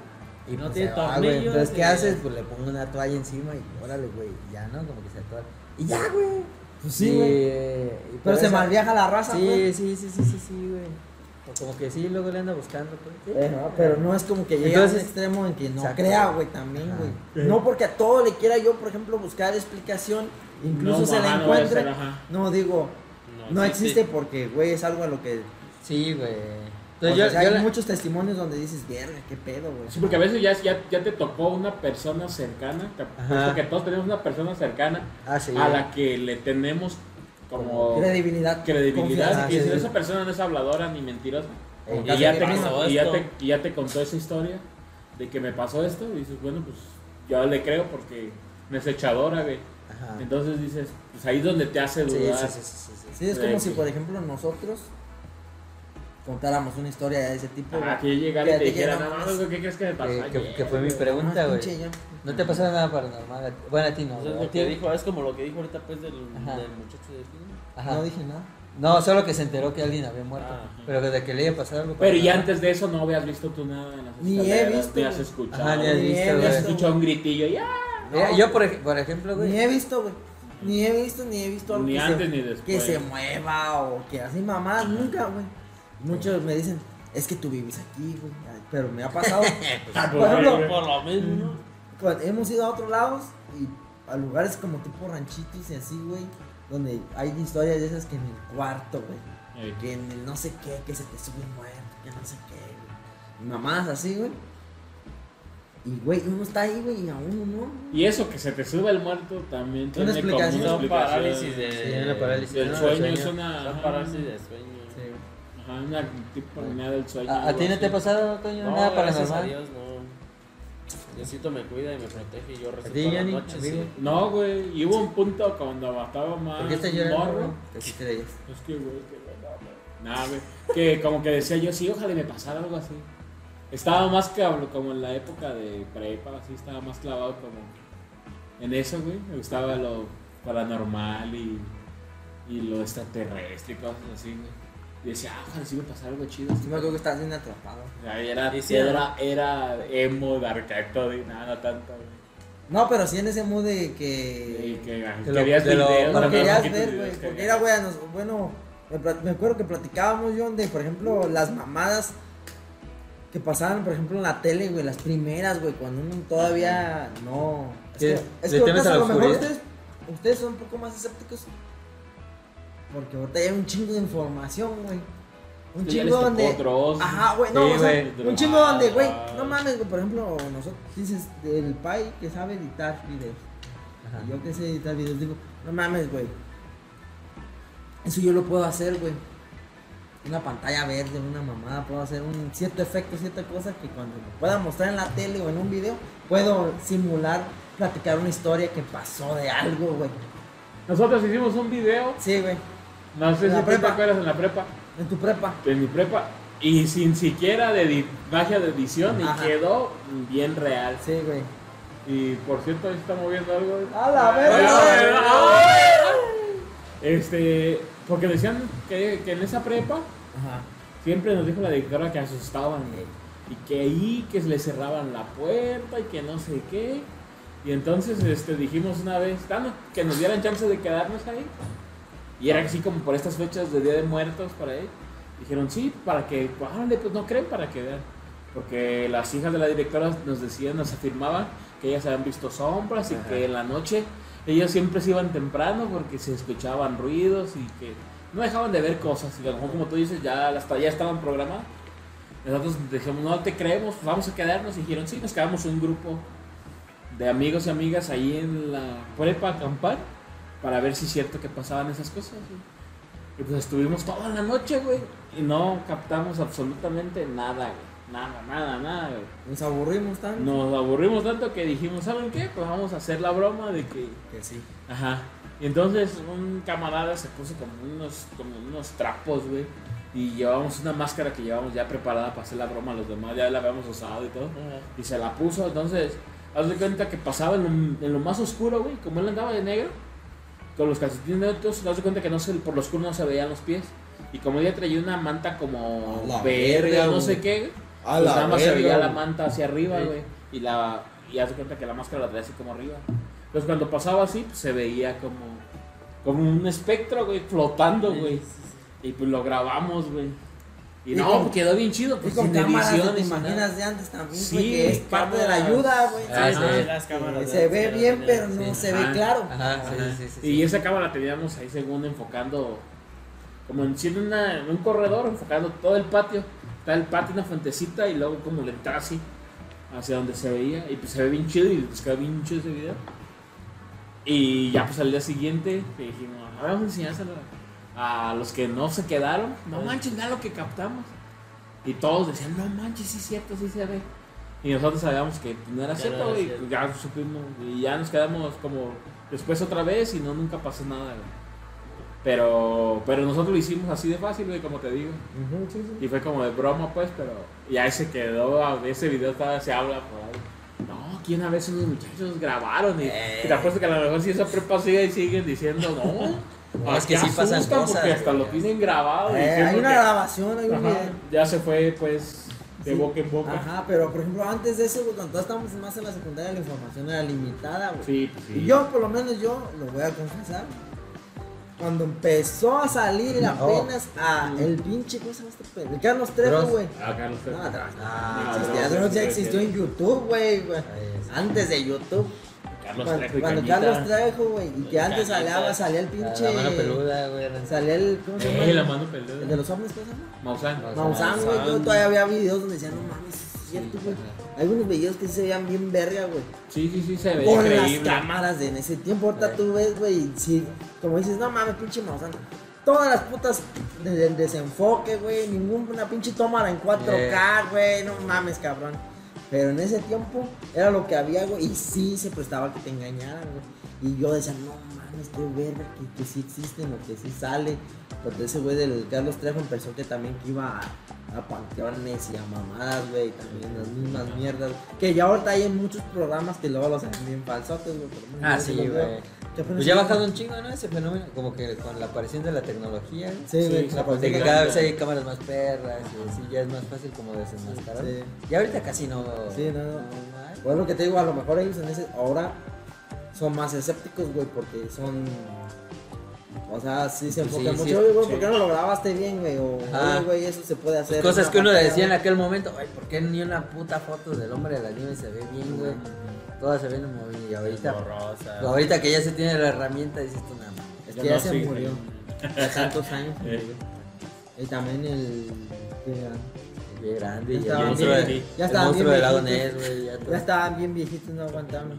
[SPEAKER 1] Y
[SPEAKER 3] No
[SPEAKER 1] pues
[SPEAKER 3] tiene
[SPEAKER 1] se va, güey.
[SPEAKER 3] tornillos,
[SPEAKER 1] Entonces, ¿qué
[SPEAKER 3] eh.
[SPEAKER 1] haces? Pues le pongo una toalla encima y órale, güey. Y ya, ¿no? Como que se atola. Y ya, güey. eh,
[SPEAKER 4] Pues sí, güey.
[SPEAKER 1] y por
[SPEAKER 4] Pero se
[SPEAKER 1] eso-
[SPEAKER 4] malviaja la raza, güey.
[SPEAKER 1] Sí, sí, sí, sí, sí, sí, güey. O Como que sí, luego le anda buscando, pues.
[SPEAKER 4] Pero, pero Eh, no es como que llegue a
[SPEAKER 1] Entonces-
[SPEAKER 4] un extremo en que no
[SPEAKER 1] Exacto.
[SPEAKER 4] crea, güey, también,
[SPEAKER 1] Ajá.
[SPEAKER 4] güey.
[SPEAKER 2] Sí.
[SPEAKER 4] No porque a todo le quiera yo, por ejemplo, buscar explicación, incluso
[SPEAKER 2] No,
[SPEAKER 4] se
[SPEAKER 2] ajá,
[SPEAKER 4] la
[SPEAKER 2] no voy a
[SPEAKER 4] encuentre.
[SPEAKER 2] hacer, ajá.
[SPEAKER 4] No, digo, no existe porque, güey, es algo a lo que...
[SPEAKER 1] Sí, güey.
[SPEAKER 4] o
[SPEAKER 1] Entonces
[SPEAKER 4] sea,
[SPEAKER 1] yo, yo
[SPEAKER 4] hay
[SPEAKER 1] la-
[SPEAKER 4] muchos testimonios donde dices, verga, qué pedo, güey.
[SPEAKER 2] Sí, porque a veces ya, ya, ya te tocó una persona cercana. te-
[SPEAKER 1] Ajá.
[SPEAKER 2] Porque todos tenemos una persona cercana
[SPEAKER 1] Ah, sí.
[SPEAKER 2] a la que le tenemos como
[SPEAKER 4] Credibilidad.
[SPEAKER 2] credibilidad.
[SPEAKER 1] confianza,
[SPEAKER 2] Y si
[SPEAKER 1] sí.
[SPEAKER 2] esa persona no es habladora ni mentirosa.
[SPEAKER 1] Eh,
[SPEAKER 2] Y
[SPEAKER 3] Ya
[SPEAKER 2] ya,
[SPEAKER 3] me
[SPEAKER 2] te,
[SPEAKER 3] pasó
[SPEAKER 2] y ya
[SPEAKER 3] esto.
[SPEAKER 2] te- y ya te contó esa historia de que me pasó esto. Y dices, bueno, pues yo le creo porque me es echadora, güey.
[SPEAKER 1] Ajá.
[SPEAKER 2] Entonces dices, pues ahí es donde te hace
[SPEAKER 1] Sí, sí,
[SPEAKER 2] dudar.
[SPEAKER 1] sí, sí, sí, sí.
[SPEAKER 4] Sí, es como
[SPEAKER 2] Güey,
[SPEAKER 4] si,
[SPEAKER 2] sí.
[SPEAKER 4] por ejemplo, nosotros contáramos una historia de ese tipo.
[SPEAKER 2] Ah,
[SPEAKER 4] güey.
[SPEAKER 2] que yo llegara
[SPEAKER 4] Que
[SPEAKER 2] y
[SPEAKER 4] a
[SPEAKER 2] te
[SPEAKER 4] ti
[SPEAKER 2] dijera,
[SPEAKER 4] que no
[SPEAKER 2] no mames,
[SPEAKER 4] mames.
[SPEAKER 2] güey, ¿qué crees que me pasó?
[SPEAKER 1] Que, que-
[SPEAKER 2] ayer,
[SPEAKER 1] que fue mi
[SPEAKER 2] güey?"
[SPEAKER 1] pregunta,
[SPEAKER 4] Ah,
[SPEAKER 1] güey.
[SPEAKER 4] pinche yo.
[SPEAKER 1] No te pasó nada paranormal. a ti? Bueno, a ti no.
[SPEAKER 3] Entonces,
[SPEAKER 1] güey.
[SPEAKER 3] lo
[SPEAKER 1] A
[SPEAKER 3] que
[SPEAKER 1] ti-
[SPEAKER 3] dijo, es como lo que dijo ahorita, pues, del,
[SPEAKER 1] Ajá.
[SPEAKER 3] del muchacho de aquí.
[SPEAKER 1] Ajá.
[SPEAKER 4] No dije nada.
[SPEAKER 1] No, solo que se enteró que alguien había muerto.
[SPEAKER 3] Ah,
[SPEAKER 1] pero desde que le haya pasado algo.
[SPEAKER 2] Pero y
[SPEAKER 1] paranormal.
[SPEAKER 2] antes de eso no habías visto tú nada en las
[SPEAKER 4] Ni he
[SPEAKER 2] escaleras,
[SPEAKER 4] visto,
[SPEAKER 2] Ni has
[SPEAKER 4] güey.
[SPEAKER 2] escuchado.
[SPEAKER 1] Ajá, ni has
[SPEAKER 4] Ni
[SPEAKER 1] visto,
[SPEAKER 4] he
[SPEAKER 1] güey.
[SPEAKER 2] has
[SPEAKER 4] visto.
[SPEAKER 2] escuchado un gritillo y ¡ah!
[SPEAKER 1] Mira,
[SPEAKER 4] No.
[SPEAKER 1] yo, por, ej- por ejemplo, güey.
[SPEAKER 4] Ni he visto, güey. Ni he visto, ni he visto algo
[SPEAKER 2] Ni
[SPEAKER 4] que
[SPEAKER 2] antes
[SPEAKER 4] se,
[SPEAKER 2] ni después.
[SPEAKER 4] que se mueva o que así mamadas, nunca, güey. Muchos me dicen, es que tú vives aquí, güey. Ay, Pero me ha pasado. por
[SPEAKER 2] güey.
[SPEAKER 4] ejemplo,
[SPEAKER 3] Por lo mismo,
[SPEAKER 4] cuando hemos ido a otros lados y a lugares como tipo ranchitos y así, güey. Donde hay historias de esas que en el cuarto, güey.
[SPEAKER 2] Eh,
[SPEAKER 4] Que en el no sé qué, que se te sube un muerto, que no sé qué, güey. Y Mamadas así, güey. Y, güey, uno está ahí, güey, y a uno no. güey.
[SPEAKER 2] Y eso que se te sube el muerto también tiene como
[SPEAKER 4] explicación.
[SPEAKER 2] una
[SPEAKER 3] son
[SPEAKER 2] explicación.
[SPEAKER 3] parálisis de.
[SPEAKER 1] Sí, una parálisis.
[SPEAKER 2] Del
[SPEAKER 1] No,
[SPEAKER 2] sueño,
[SPEAKER 1] del
[SPEAKER 2] es
[SPEAKER 1] sueño.
[SPEAKER 2] una.
[SPEAKER 3] Son parálisis de sueño.
[SPEAKER 2] Ajá, una tipo enfermedad del sueño.
[SPEAKER 1] ¿A, a ti no te ha
[SPEAKER 2] algo así.
[SPEAKER 1] pasado, Toño,
[SPEAKER 3] No,
[SPEAKER 1] nada
[SPEAKER 3] gracias a
[SPEAKER 1] paranormal?
[SPEAKER 3] Dios, no. Diosito me cuida y me protege y yo
[SPEAKER 1] ¿A ti,
[SPEAKER 3] rezo todas las
[SPEAKER 1] Yanni?
[SPEAKER 3] noches.
[SPEAKER 1] Amigo.
[SPEAKER 3] sí.
[SPEAKER 2] No, güey. Y hubo un punto cuando estaba más.
[SPEAKER 1] ¿Por qué estás
[SPEAKER 2] morro.
[SPEAKER 1] llorando?
[SPEAKER 4] Que sí crees.
[SPEAKER 2] Es que, güey, que güey, no, güey. Nah, güey. Que como que decía yo, sí, ojalá y me pasara algo así. Estaba más cabro, como en la época de prepa, así, estaba más clavado como en eso, güey. Me gustaba lo paranormal y, y lo extraterrestre y cosas así, güey. Y decía, ah, ojalá sí me pasara algo chido. así.
[SPEAKER 4] Yo me acuerdo que estás bien atrapado.
[SPEAKER 2] Ay, Era,
[SPEAKER 3] Y sí,
[SPEAKER 2] era, era emo, darkacto, y nada, no tanto, güey.
[SPEAKER 4] No, pero sí en ese mood de
[SPEAKER 2] Y
[SPEAKER 4] que.
[SPEAKER 2] que ah,
[SPEAKER 1] Te lo-
[SPEAKER 2] querías
[SPEAKER 1] te lo-
[SPEAKER 2] videos,
[SPEAKER 1] no
[SPEAKER 4] No
[SPEAKER 2] ¿no?
[SPEAKER 4] querías
[SPEAKER 2] Poquitos
[SPEAKER 4] ver,
[SPEAKER 2] videos
[SPEAKER 4] güey.
[SPEAKER 2] que
[SPEAKER 4] Porque
[SPEAKER 2] había.
[SPEAKER 4] era, güey, nos- bueno, me, plat- me acuerdo que platicábamos, John, de, por ejemplo, las mamadas que pasaban, por ejemplo, en la tele, güey, las primeras, güey, cuando uno todavía no. Es
[SPEAKER 1] ¿Qué?
[SPEAKER 4] que, es
[SPEAKER 1] ¿Le
[SPEAKER 4] que ahorita
[SPEAKER 1] temes a
[SPEAKER 4] a
[SPEAKER 1] la
[SPEAKER 4] lo mejor
[SPEAKER 1] oscuridad?
[SPEAKER 4] ustedes, ustedes son un poco más escépticos. Porque ahorita hay un chingo de información, güey. Un
[SPEAKER 2] Sí, ya les
[SPEAKER 4] chingo
[SPEAKER 2] tocó
[SPEAKER 4] donde.
[SPEAKER 2] otros.
[SPEAKER 4] Ajá, güey, no,
[SPEAKER 1] Sí,
[SPEAKER 4] o sea,
[SPEAKER 1] güey.
[SPEAKER 4] un chingo donde, güey, no mames, güey, por ejemplo, nosotros dices, el pai que sabe editar videos,
[SPEAKER 1] Ajá.
[SPEAKER 4] y yo que sé editar videos, digo, no mames, güey, eso yo lo puedo hacer, güey, una pantalla verde, una mamada, puedo hacer un cierto efecto, cierta cosa que cuando lo pueda mostrar en la tele o en un video, puedo simular, platicar una historia que pasó de algo, güey,
[SPEAKER 2] Nosotros hicimos un video
[SPEAKER 4] sí, güey,
[SPEAKER 2] No sé
[SPEAKER 4] En
[SPEAKER 2] si
[SPEAKER 4] la
[SPEAKER 2] tú te
[SPEAKER 4] prepa.
[SPEAKER 2] acuerdas en la prepa,
[SPEAKER 4] en tu prepa,
[SPEAKER 2] en mi prepa, y sin siquiera de edi- magia de edición, y
[SPEAKER 4] Ajá.
[SPEAKER 2] quedó bien real.
[SPEAKER 4] sí, güey,
[SPEAKER 2] Y por cierto, ahí se está moviendo algo.
[SPEAKER 4] A la
[SPEAKER 2] Ay,
[SPEAKER 4] verga.
[SPEAKER 2] ay, ay. Este, porque decían que, que en esa prepa
[SPEAKER 4] ajá,
[SPEAKER 2] siempre nos dijo la directora que asustaban, güey, Y que ahí, que le cerraban la puerta y que no sé qué. Y entonces este, dijimos una vez, "Dame que nos dieran chance de quedarnos ahí. Y era así como por estas fechas de Día de Muertos para ahí. Dijeron, sí, para que, pues, órale, pues no creen para que vean. Porque las hijas de la directora nos decían, nos afirmaban que ellas habían visto sombras y que en la noche ellos siempre se iban temprano porque se escuchaban ruidos y que no dejaban de ver cosas. Y a lo mejor, como tú dices, ya hasta ya estaban programadas. Nosotros dijimos, no te creemos, pues vamos a quedarnos. Y dijeron, sí, nos quedamos un grupo de amigos y amigas ahí en la prepa a acampar para ver si es cierto que pasaban esas cosas. güey. Y pues estuvimos toda la noche, güey. Y no captamos absolutamente nada, güey. Nada, nada, nada, güey.
[SPEAKER 4] Nos aburrimos tanto.
[SPEAKER 2] Nos aburrimos tanto que dijimos, ¿saben qué? Pues vamos a hacer la broma de que...
[SPEAKER 4] Que sí.
[SPEAKER 2] Ajá. Y entonces un camarada se puso como unos, como unos trapos, güey. Y llevábamos una máscara que llevábamos ya preparada para hacer la broma a los demás. Ya la habíamos usado y todo. Y se la puso. Entonces, haz de cuenta que pasaba en lo, en lo más oscuro, güey. Como él andaba de negro, con los calcetines negros, haz de cuenta que no se, por lo oscuro no se veían los pies. Y como ella traía una manta como
[SPEAKER 4] A la
[SPEAKER 2] verde
[SPEAKER 4] verga,
[SPEAKER 2] o no
[SPEAKER 4] güey.
[SPEAKER 2] sé qué, güey,
[SPEAKER 4] A
[SPEAKER 2] pues nada más se veía
[SPEAKER 4] verga,
[SPEAKER 2] la manta hacia arriba,
[SPEAKER 3] Sí.
[SPEAKER 2] güey. Y la y haz de cuenta que la máscara la traía así como arriba. Entonces cuando pasaba así, pues, se veía como como un espectro, güey, flotando, güey. Y pues lo grabamos, güey. Y,
[SPEAKER 4] Y
[SPEAKER 2] no,
[SPEAKER 4] con-
[SPEAKER 2] pues, quedó bien chido,
[SPEAKER 4] Y
[SPEAKER 2] pues
[SPEAKER 4] con
[SPEAKER 2] sin
[SPEAKER 4] cámaras que
[SPEAKER 2] edición.
[SPEAKER 4] te
[SPEAKER 2] sin nada.
[SPEAKER 4] imaginas de antes también,
[SPEAKER 2] Sí,
[SPEAKER 4] güey, que es parte de la
[SPEAKER 2] cámaras.
[SPEAKER 4] ayuda, güey.
[SPEAKER 3] Ah,
[SPEAKER 2] Ajá.
[SPEAKER 3] sí, las cámaras.
[SPEAKER 4] este, se ve
[SPEAKER 3] las
[SPEAKER 4] bien,
[SPEAKER 3] cámaras.
[SPEAKER 4] pero no
[SPEAKER 3] Sí.
[SPEAKER 4] se
[SPEAKER 2] Ajá.
[SPEAKER 4] ve claro.
[SPEAKER 1] Ajá, sí,
[SPEAKER 3] Ajá.
[SPEAKER 1] sí, sí, sí.
[SPEAKER 2] Y esa cámara la teníamos ahí según enfocando, como en siendo una- en un corredor, enfocando todo el patio. Está el patio, una fuentecita y luego como le entraba así, hacia donde se veía. Y pues se ve bien chido y pues quedó bien chido ese video. Y ya pues al día siguiente le dijimos, "Ah, vamos a enseñárselo a los que no se quedaron. No manches, vean lo que captamos. Y todos decían, no manches, sí es cierto, sí se ve. Y nosotros sabíamos que no era
[SPEAKER 3] Que no
[SPEAKER 2] cierto,
[SPEAKER 3] era
[SPEAKER 2] güey,
[SPEAKER 3] cierto.
[SPEAKER 2] ya supimos, y ya nos quedamos como después otra vez y no, nunca pasó nada, güey. Pero, pero nosotros lo hicimos así de fácil, güey, como te digo.
[SPEAKER 4] Ujú, sí, sí.
[SPEAKER 2] Y fue como de broma, pues, pero y ahí se quedó, a- ese video todavía se habla por ahí. No, ¿quién a veces los muchachos grabaron? Y, y
[SPEAKER 1] Eh.
[SPEAKER 2] te apuesto que a lo mejor si esa prepa sigue y siguen diciendo, no,
[SPEAKER 1] [laughs] No, es
[SPEAKER 2] ah,
[SPEAKER 1] que
[SPEAKER 2] qué
[SPEAKER 1] sí pasan
[SPEAKER 2] asustan,
[SPEAKER 1] cosas,
[SPEAKER 2] Porque hasta
[SPEAKER 1] güey.
[SPEAKER 2] lo tienen grabado.
[SPEAKER 4] Eh, hay
[SPEAKER 2] diciendo
[SPEAKER 4] una
[SPEAKER 2] que-
[SPEAKER 4] grabación, hay un
[SPEAKER 2] Ajá,
[SPEAKER 4] video.
[SPEAKER 2] ya se fue, pues, de
[SPEAKER 4] Sí.
[SPEAKER 2] boca en boca.
[SPEAKER 4] Ajá, pero por ejemplo, antes de eso, güey, cuando estábamos más en la secundaria, la información era limitada, güey.
[SPEAKER 2] Sí, pues, sí.
[SPEAKER 4] Y yo, por lo menos yo, lo voy a confesar. Cuando empezó a salir apenas a el pinche, ¿cómo se llama este pedo? El Carlos Trejo,
[SPEAKER 1] Dross.
[SPEAKER 4] güey.
[SPEAKER 2] Ah, Carlos Trejo.
[SPEAKER 4] No, atrás.
[SPEAKER 2] No,
[SPEAKER 1] Ah,
[SPEAKER 4] No, existía.
[SPEAKER 2] Ah, Dross,
[SPEAKER 4] Dross ya
[SPEAKER 2] sí,
[SPEAKER 4] existió en YouTube, güey, güey.
[SPEAKER 1] Ahí está.
[SPEAKER 4] Antes de YouTube.
[SPEAKER 2] Carlos
[SPEAKER 4] Cuando-
[SPEAKER 2] Trejo y
[SPEAKER 4] cuando
[SPEAKER 2] Cañita.
[SPEAKER 4] Carlos Trejo, güey. Y que
[SPEAKER 3] Y
[SPEAKER 4] antes
[SPEAKER 3] Cañita.
[SPEAKER 4] salía, salía el
[SPEAKER 1] La-
[SPEAKER 4] pinche.
[SPEAKER 1] La mano peluda, güey.
[SPEAKER 4] Salía el. ¿Cómo se llama?
[SPEAKER 2] Eh, la mano
[SPEAKER 4] El de
[SPEAKER 2] peluda.
[SPEAKER 4] los hombres, ¿cómo se llama?
[SPEAKER 2] Maussan.
[SPEAKER 1] Maussan.
[SPEAKER 4] Maussan, güey. Yo todavía había videos donde decían, no mames, es cierto, güey.
[SPEAKER 1] ajá.
[SPEAKER 4] Algunos videos que sí se veían bien verga, güey.
[SPEAKER 2] Sí, sí, sí, se ve
[SPEAKER 4] Con
[SPEAKER 2] increíble.
[SPEAKER 4] las cámaras de en ese tiempo, ahorita
[SPEAKER 1] Sí.
[SPEAKER 4] tú ves, güey, y sí, como dices, no mames, pinche Maussan. Todas las putas del desenfoque, güey, ninguna pinche tómara en 4K, güey, no mames, cabrón. Pero en ese tiempo era lo que había, güey, y sí se prestaba que te engañaran, güey. Y yo decía, no mames, qué verga, que, que sí existen o que sí sale. Porque ese güey del Carlos Trejo empezó que también que iba a, a panteones y a mamadas, güey, también las mismas mierdas. Que ya ahorita hay en muchos programas que luego los hacen bien falsotes, güey. pero no
[SPEAKER 1] Ah,
[SPEAKER 4] sé
[SPEAKER 1] sí,
[SPEAKER 4] cómo,
[SPEAKER 1] güey.
[SPEAKER 4] que apenas-
[SPEAKER 1] Pues ya ha bajado un chingo, ¿no? Ese fenómeno, como que con la aparición de la tecnología. güey. Pues
[SPEAKER 4] Sí, güey,
[SPEAKER 2] Sí,
[SPEAKER 4] la
[SPEAKER 1] De que
[SPEAKER 4] política.
[SPEAKER 1] cada vez hay cámaras más perras y así ya es más fácil como desenmascarar.
[SPEAKER 4] Sí.
[SPEAKER 1] Y ahorita casi no.
[SPEAKER 4] Sí, no, no.
[SPEAKER 1] hay.
[SPEAKER 4] Pues lo que te digo, a lo mejor ellos en ese, ahora son más escépticos, güey, porque son. O sea, sí se
[SPEAKER 1] Pues sí,
[SPEAKER 4] enfocan
[SPEAKER 1] sí,
[SPEAKER 4] mucho. Oye, güey,
[SPEAKER 2] sí.
[SPEAKER 4] ¿por qué no lo grabaste bien, güey? O,
[SPEAKER 1] Ajá.
[SPEAKER 4] oye, güey, eso se puede hacer.
[SPEAKER 1] Pues cosas
[SPEAKER 4] una
[SPEAKER 1] que uno
[SPEAKER 4] pantalla,
[SPEAKER 1] decía en
[SPEAKER 4] güey.
[SPEAKER 1] aquel momento, ay, ¿por qué ni una puta foto del hombre de la nieve se ve bien, güey? Todas se ven muy bien y ahorita, pues,
[SPEAKER 3] Borrosa.
[SPEAKER 1] ahorita que ya se tiene la herramienta, dices tú nada más.
[SPEAKER 4] Es
[SPEAKER 2] Ya
[SPEAKER 4] que ya
[SPEAKER 2] no,
[SPEAKER 4] se
[SPEAKER 2] sí,
[SPEAKER 4] murió. Hace tantos
[SPEAKER 1] [laughs]
[SPEAKER 4] años. se
[SPEAKER 2] Eh.
[SPEAKER 4] murió. Y también el. que-
[SPEAKER 1] Bien grande,
[SPEAKER 4] Ya
[SPEAKER 1] y el
[SPEAKER 4] estaban
[SPEAKER 1] monstruo, de,
[SPEAKER 2] bien-
[SPEAKER 4] ya
[SPEAKER 1] el
[SPEAKER 4] estaban
[SPEAKER 1] monstruo
[SPEAKER 4] bien
[SPEAKER 1] del lago Ness,
[SPEAKER 4] viejitos.
[SPEAKER 1] güey. ya todo.
[SPEAKER 4] Ya estaban bien viejitos, no aguantaban.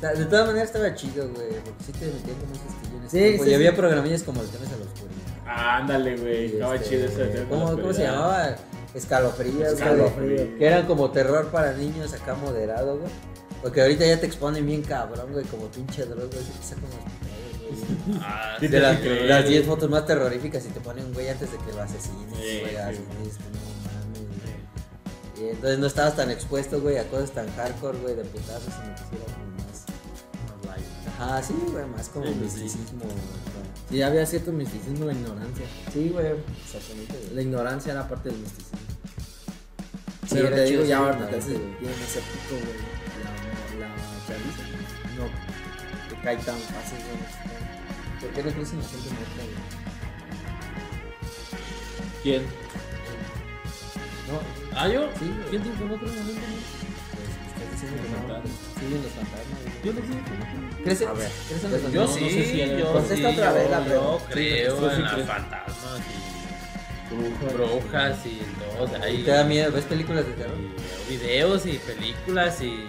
[SPEAKER 1] Ta- De todas maneras estaba chido, güey, porque sí te metían como un castillo en ese
[SPEAKER 4] Sí,
[SPEAKER 1] tiempo,
[SPEAKER 4] sí,
[SPEAKER 1] y
[SPEAKER 4] sí.
[SPEAKER 1] había programillas como el tema de la oscuridad.
[SPEAKER 2] Ah, ándale, güey.
[SPEAKER 1] Y
[SPEAKER 2] Estaba
[SPEAKER 1] este,
[SPEAKER 2] chido ese tema
[SPEAKER 1] ¿cómo,
[SPEAKER 2] de la
[SPEAKER 1] cómo se
[SPEAKER 2] oscuridad.
[SPEAKER 1] llamaba? Escalofríos,
[SPEAKER 2] Escalofríos.
[SPEAKER 1] güey, Que eran como terror para niños acá moderado, güey. Porque ahorita ya te exponen bien cabrón, güey, como pinche droga, güey. así que sacan los pedos, güey.
[SPEAKER 3] Ah,
[SPEAKER 2] Sí,
[SPEAKER 1] De
[SPEAKER 2] te
[SPEAKER 1] las-
[SPEAKER 2] creo.
[SPEAKER 1] las 10 fotos más terroríficas y te ponen, güey, antes de que lo asesines,
[SPEAKER 2] Sí,
[SPEAKER 1] güey.
[SPEAKER 2] sí,
[SPEAKER 1] así,
[SPEAKER 2] güey.
[SPEAKER 1] dices, no mames, güey. Y entonces no estabas tan expuesto, güey, a cosas tan hardcore, güey, de putazos, sino que sí era como más... Ajá, sí, güey, más como
[SPEAKER 3] Sí, pues sí.
[SPEAKER 1] misticismo, güey.
[SPEAKER 4] Sí, había cierto misticismo, la ignorancia.
[SPEAKER 1] Sí, güey, exactamente, güey.
[SPEAKER 4] La ignorancia era parte del misticismo.
[SPEAKER 1] Sí,
[SPEAKER 4] Pero
[SPEAKER 1] era
[SPEAKER 4] te
[SPEAKER 1] chido
[SPEAKER 4] digo,
[SPEAKER 1] ser
[SPEAKER 4] ya ahorita te
[SPEAKER 1] ignorante,
[SPEAKER 4] haces
[SPEAKER 1] güey.
[SPEAKER 4] bien escéptico, güey. La, la chaviza, no te cae tan fácil, güey.
[SPEAKER 1] este, ¿Por qué no crees en la gente muerta, güey?
[SPEAKER 2] ¿Quién?
[SPEAKER 1] No,
[SPEAKER 3] ¿Ah, yo?
[SPEAKER 1] sí, güey.
[SPEAKER 3] Ah, ¿Quién te informó que era una gente, no?
[SPEAKER 1] pues, ustedes
[SPEAKER 4] sí,
[SPEAKER 2] Los
[SPEAKER 4] no.
[SPEAKER 2] fantasmas.
[SPEAKER 4] Sí, los fantasmas. güey.
[SPEAKER 2] Yo no sé, ¿cómo que?
[SPEAKER 1] ¿Crees,
[SPEAKER 4] A ver.
[SPEAKER 1] ¿crees en los
[SPEAKER 3] Yo
[SPEAKER 2] No, no
[SPEAKER 1] fantasmas?
[SPEAKER 3] sí,
[SPEAKER 2] sé si hay-
[SPEAKER 3] yo
[SPEAKER 2] Contesta
[SPEAKER 3] sí,
[SPEAKER 4] otra
[SPEAKER 3] yo-
[SPEAKER 4] vez la
[SPEAKER 3] yo
[SPEAKER 4] pregunta.
[SPEAKER 3] creo
[SPEAKER 2] Sí, sí,
[SPEAKER 3] en
[SPEAKER 2] sí,
[SPEAKER 3] las
[SPEAKER 2] creo.
[SPEAKER 3] fantasmas y
[SPEAKER 2] Brujas.
[SPEAKER 3] brujas y todo. o
[SPEAKER 1] ¿Y
[SPEAKER 3] sea, hay
[SPEAKER 1] ¿Te da miedo? ¿Ves películas de terror?
[SPEAKER 3] y videos y películas y...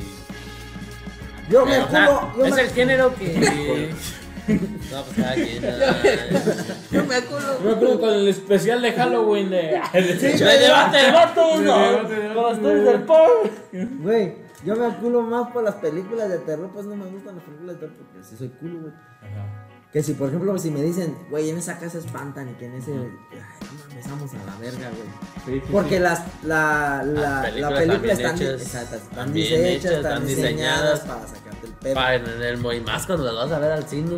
[SPEAKER 4] Yo me
[SPEAKER 3] O sea,
[SPEAKER 4] juro, yo
[SPEAKER 3] es
[SPEAKER 4] me-
[SPEAKER 3] el género que... no, pues
[SPEAKER 1] [laughs]
[SPEAKER 3] cada quien... ah,
[SPEAKER 1] No me acuerdo.
[SPEAKER 2] Yo me acuerdo con el especial de Halloween de.
[SPEAKER 3] ¡Me debate de vatos!
[SPEAKER 2] Me debate de
[SPEAKER 3] ¡No! ¡Con
[SPEAKER 2] vatos.
[SPEAKER 3] las torres del pol!
[SPEAKER 4] Güey, yo me culo más por las películas de terror, pues no me gustan las películas de terror porque sí soy culo, güey.
[SPEAKER 2] Ajá.
[SPEAKER 4] Que si, por ejemplo, si me dicen, güey, en esa casa espantan y que en ese. Ay, no mames, vamos a la verga, güey.
[SPEAKER 2] Sí, sí,
[SPEAKER 4] Porque
[SPEAKER 2] sí.
[SPEAKER 4] las, la, la,
[SPEAKER 3] Las
[SPEAKER 4] la
[SPEAKER 3] películas
[SPEAKER 4] película están,
[SPEAKER 3] están bien
[SPEAKER 4] di-
[SPEAKER 3] hechas,
[SPEAKER 4] exacto, están
[SPEAKER 3] están
[SPEAKER 4] bien
[SPEAKER 3] bien
[SPEAKER 4] hechas,
[SPEAKER 3] hechas,
[SPEAKER 4] están
[SPEAKER 3] están
[SPEAKER 4] diseñadas
[SPEAKER 3] diseñadas
[SPEAKER 4] para sacarte el pedo.
[SPEAKER 3] Pa, en el, y más cuando las vas a ver al cine.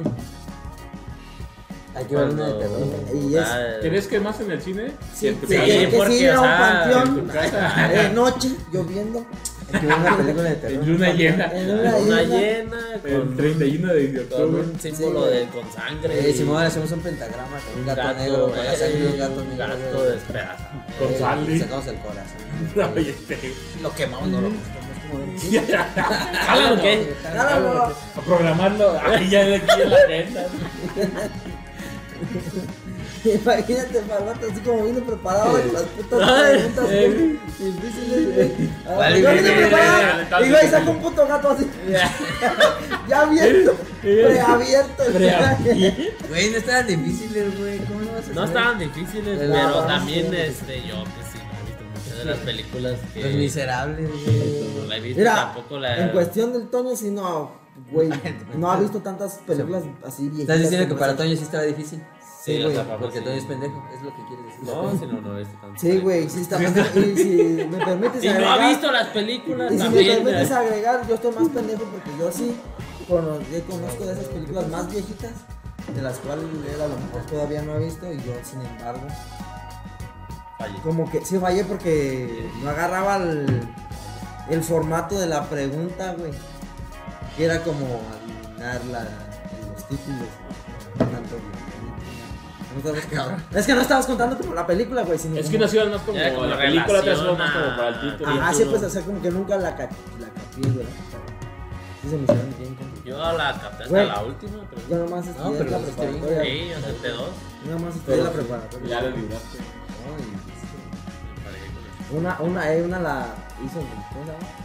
[SPEAKER 1] Hay que ver una de terror. güey.
[SPEAKER 3] [laughs]
[SPEAKER 4] Y es-
[SPEAKER 3] Ah,
[SPEAKER 2] ¿Crees que más en el cine?
[SPEAKER 4] Sí,
[SPEAKER 2] en tu
[SPEAKER 4] sí,
[SPEAKER 2] casa?
[SPEAKER 4] [laughs] que
[SPEAKER 3] porque,
[SPEAKER 4] sí,
[SPEAKER 3] o
[SPEAKER 4] era
[SPEAKER 3] sea,
[SPEAKER 4] un
[SPEAKER 2] en tu casa.
[SPEAKER 4] panteón. De noche, lloviendo.
[SPEAKER 1] Hay que ver una película de terror.
[SPEAKER 2] En luna llena.
[SPEAKER 4] En
[SPEAKER 3] Una,
[SPEAKER 4] una llena.
[SPEAKER 3] llena
[SPEAKER 2] El
[SPEAKER 3] con,
[SPEAKER 2] 31 de
[SPEAKER 3] con
[SPEAKER 2] octubre.
[SPEAKER 3] un símbolo
[SPEAKER 4] Sí.
[SPEAKER 3] de con sangre.
[SPEAKER 1] Eh,
[SPEAKER 3] y
[SPEAKER 1] Simón, hacemos un pentagrama con un gato, negro, con la
[SPEAKER 3] eh,
[SPEAKER 1] sangre de un gato
[SPEAKER 3] un
[SPEAKER 1] negro.
[SPEAKER 3] gato
[SPEAKER 1] güey.
[SPEAKER 3] despedazado.
[SPEAKER 2] Con
[SPEAKER 1] Eh,
[SPEAKER 2] Sally.
[SPEAKER 1] Sacamos el corazón.
[SPEAKER 2] [laughs] No, oye, este.
[SPEAKER 1] Lo quemamos, no lo quemamos.
[SPEAKER 3] ¿Jala o qué?
[SPEAKER 4] Claro,
[SPEAKER 2] A programarlo. Ay, ya de aquí en la neta.
[SPEAKER 4] [laughs] Imagínate, Farmato, así como vino preparado con las putas
[SPEAKER 3] Ay,
[SPEAKER 4] preguntas
[SPEAKER 2] eh.
[SPEAKER 4] güey, difíciles, güey. Ah,
[SPEAKER 3] Vale,
[SPEAKER 4] yo
[SPEAKER 3] güey,
[SPEAKER 4] vine
[SPEAKER 3] güey,
[SPEAKER 4] preparado
[SPEAKER 2] güey,
[SPEAKER 4] y güey,
[SPEAKER 2] güey,
[SPEAKER 4] saca un puto gato así. ya abierto, preabierto.
[SPEAKER 2] Preabierto.
[SPEAKER 1] Güey, no estaban difíciles, güey. ¿Cómo no vas a
[SPEAKER 3] No
[SPEAKER 1] saber?
[SPEAKER 3] estaban difíciles,
[SPEAKER 1] El
[SPEAKER 3] pero
[SPEAKER 1] lavabo,
[SPEAKER 3] también
[SPEAKER 1] sí.
[SPEAKER 3] este, yo que sí, no he visto muchas de las películas que
[SPEAKER 1] Los miserables, güey.
[SPEAKER 3] no la he visto,
[SPEAKER 4] Mira,
[SPEAKER 3] tampoco la
[SPEAKER 4] en cuestión del Toño, sí, no, güey, no ha visto tantas películas así viejitas.
[SPEAKER 1] Estás diciendo que
[SPEAKER 4] como
[SPEAKER 1] para
[SPEAKER 4] esas.
[SPEAKER 1] Toño sí estaba difícil.
[SPEAKER 4] Sí,
[SPEAKER 3] Sí, o
[SPEAKER 4] güey,
[SPEAKER 3] sea, para-
[SPEAKER 1] Porque
[SPEAKER 3] sí.
[SPEAKER 1] Toño es pendejo, es lo que quieres decir. Ah,
[SPEAKER 3] No, si no, no he visto tanto.
[SPEAKER 4] Sí, güey, sí está pasando. Y si me permites
[SPEAKER 3] [laughs] Si no ha
[SPEAKER 4] agregar-
[SPEAKER 3] visto las películas,
[SPEAKER 4] Y si me
[SPEAKER 3] también. eh.
[SPEAKER 4] permites agregar, yo estoy más pendejo porque yo sí cono- yo conozco de esas películas más viejitas, de las cuales él a lo mejor todavía no ha visto, y yo, sin embargo,
[SPEAKER 3] Fallé.
[SPEAKER 4] como que sí fallé porque no agarraba el, el formato de la pregunta, güey. Que era como adivinar la- los títulos. Tanto, no estabas-
[SPEAKER 2] [laughs]
[SPEAKER 4] es que no estabas contando como la película, güey. sino
[SPEAKER 2] Es
[SPEAKER 4] como-
[SPEAKER 2] que no hacían más como
[SPEAKER 3] Ya, como
[SPEAKER 2] la película, te hacían
[SPEAKER 3] relaciona.
[SPEAKER 2] más como para el título.
[SPEAKER 4] Ajá,
[SPEAKER 3] tú
[SPEAKER 4] sí,
[SPEAKER 3] no.
[SPEAKER 4] pues, o sea, como que nunca la, ca la capié, güey. Sí, se me hicieron bien complicadas.
[SPEAKER 3] Yo la capté hasta
[SPEAKER 4] Güey.
[SPEAKER 3] la última, pero.
[SPEAKER 4] Yo nomás estudié
[SPEAKER 1] No, pero
[SPEAKER 4] la
[SPEAKER 1] lo hiciste bien,
[SPEAKER 4] preparatoria.
[SPEAKER 3] Sí, yo acepté dos.
[SPEAKER 4] Yo nomás estudié la preparatoria.
[SPEAKER 2] Ya lo libraste.
[SPEAKER 3] me paré con eso.
[SPEAKER 4] Una, una, eh, una la hizo ¿cómo se llama?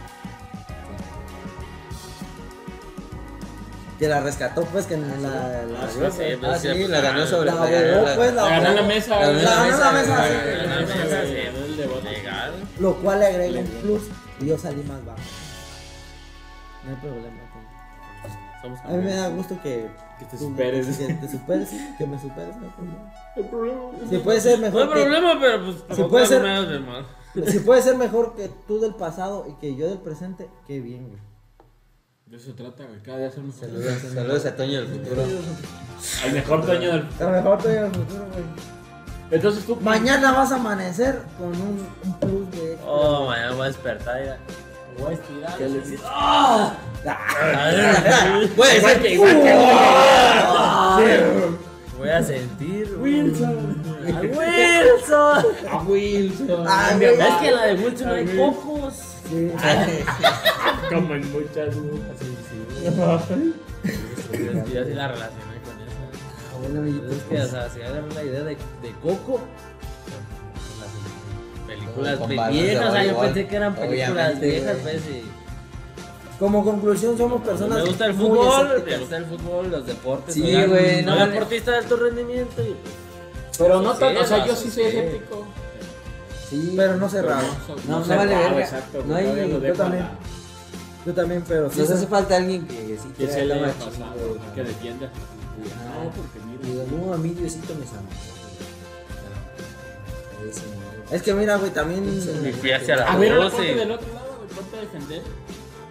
[SPEAKER 4] Que la rescató, pues, que la... la,
[SPEAKER 3] Ah, sí,
[SPEAKER 4] la-
[SPEAKER 3] sí, pero
[SPEAKER 1] Ah,
[SPEAKER 3] sí,
[SPEAKER 1] sí,
[SPEAKER 3] pues,
[SPEAKER 1] la ganó
[SPEAKER 3] ah,
[SPEAKER 1] sobre
[SPEAKER 4] la
[SPEAKER 1] la
[SPEAKER 4] abogó, pues,
[SPEAKER 1] ganó.
[SPEAKER 2] La
[SPEAKER 4] la
[SPEAKER 2] ganó
[SPEAKER 4] abogó.
[SPEAKER 2] la mesa.
[SPEAKER 1] La
[SPEAKER 2] güey.
[SPEAKER 1] ganó la
[SPEAKER 4] mesa,
[SPEAKER 2] La ganó
[SPEAKER 4] sí,
[SPEAKER 2] la
[SPEAKER 4] la
[SPEAKER 2] mesa,
[SPEAKER 4] mesa,
[SPEAKER 2] sí, ganó el debate.
[SPEAKER 3] Legal.
[SPEAKER 4] Lo cual le agrega un plus y yo salí más bajo. No hay problema. con-
[SPEAKER 3] Somos
[SPEAKER 4] A mí me da gusto que...
[SPEAKER 2] Que te
[SPEAKER 4] tú-
[SPEAKER 2] superes.
[SPEAKER 4] Que te superes, que me superes, no hay problema.
[SPEAKER 2] El problema es-
[SPEAKER 4] Si puede ser
[SPEAKER 3] No hay
[SPEAKER 4] mejor que,
[SPEAKER 3] problema, pero pues. tampoco
[SPEAKER 4] puede ser-
[SPEAKER 3] menos de mal.
[SPEAKER 4] Si puede ser mejor que tú del pasado y que yo del presente, qué bien, güey.
[SPEAKER 2] De eso se trata, güey. Cada día
[SPEAKER 1] [laughs]
[SPEAKER 2] hacemos
[SPEAKER 1] Saludos, saludos a Toño del futuro.
[SPEAKER 2] El mejor Toño del.
[SPEAKER 4] A lo mejor te el futuro, güey.
[SPEAKER 2] Entonces tú.
[SPEAKER 4] Mañana vas a amanecer con un, un plus de extra.
[SPEAKER 3] Oh, mañana voy a despertar. ya. Voy a estirar.
[SPEAKER 2] ¿Qué le dices?
[SPEAKER 1] Puede
[SPEAKER 2] Igual
[SPEAKER 1] ser
[SPEAKER 2] que- igual que-
[SPEAKER 3] Voy a sentir.
[SPEAKER 2] Wilson.
[SPEAKER 3] ¡Ay, Wilson!
[SPEAKER 2] A Wilson.
[SPEAKER 4] Ah, güey.
[SPEAKER 3] Es que en la de Wilson no hay
[SPEAKER 2] Ay,
[SPEAKER 3] pocos.
[SPEAKER 4] Sí.
[SPEAKER 2] Como en muchas brujas. sí, sí.
[SPEAKER 3] Yo sí la relacioné con esa. Es pues, que, o sea, se agarró la idea de, de Coco. Películas
[SPEAKER 1] Con
[SPEAKER 3] de
[SPEAKER 1] balones de
[SPEAKER 3] viejas, o sea, yo
[SPEAKER 1] voleibol.
[SPEAKER 3] pensé que eran películas
[SPEAKER 1] Obviamente,
[SPEAKER 3] viejas,
[SPEAKER 1] güey.
[SPEAKER 3] pues, y...
[SPEAKER 4] Como conclusión, somos personas.
[SPEAKER 3] Me gusta el
[SPEAKER 4] muy
[SPEAKER 3] fútbol, me
[SPEAKER 4] escépticas.
[SPEAKER 3] gusta el fútbol, los deportes.
[SPEAKER 1] Sí,
[SPEAKER 3] soy
[SPEAKER 1] güey,
[SPEAKER 3] un-
[SPEAKER 1] no
[SPEAKER 3] soy
[SPEAKER 1] vale.
[SPEAKER 3] deportista de alto rendimiento y...
[SPEAKER 2] Pero no tanto. O sea,
[SPEAKER 3] Sí,
[SPEAKER 2] yo sí soy
[SPEAKER 3] sí.
[SPEAKER 2] escéptico.
[SPEAKER 1] Sí,
[SPEAKER 4] Pero no cerrado.
[SPEAKER 2] soy-
[SPEAKER 1] No, no
[SPEAKER 2] soy
[SPEAKER 1] vale
[SPEAKER 2] bravo,
[SPEAKER 1] verga.
[SPEAKER 2] Exacto.
[SPEAKER 1] No hay-
[SPEAKER 2] todavía lo
[SPEAKER 1] yo
[SPEAKER 2] dejo a la-
[SPEAKER 4] también. Yo también, pero sí.
[SPEAKER 1] Nos hace falta alguien que sí
[SPEAKER 2] Que
[SPEAKER 1] quiera
[SPEAKER 2] se le
[SPEAKER 1] tomar
[SPEAKER 2] haya
[SPEAKER 1] acción,
[SPEAKER 2] pasado.
[SPEAKER 1] güey.
[SPEAKER 2] Que defienda.
[SPEAKER 1] Ajá.
[SPEAKER 2] No, porque mira.
[SPEAKER 1] Digo, no, a mí Diosito me sanó. Ahí se mueve.
[SPEAKER 4] Es que mira, güey, también.
[SPEAKER 3] Me fui hacia la
[SPEAKER 1] Ah,
[SPEAKER 2] A ver, ahora
[SPEAKER 3] doce.
[SPEAKER 2] ponte del otro lado, güey, ponte a defender.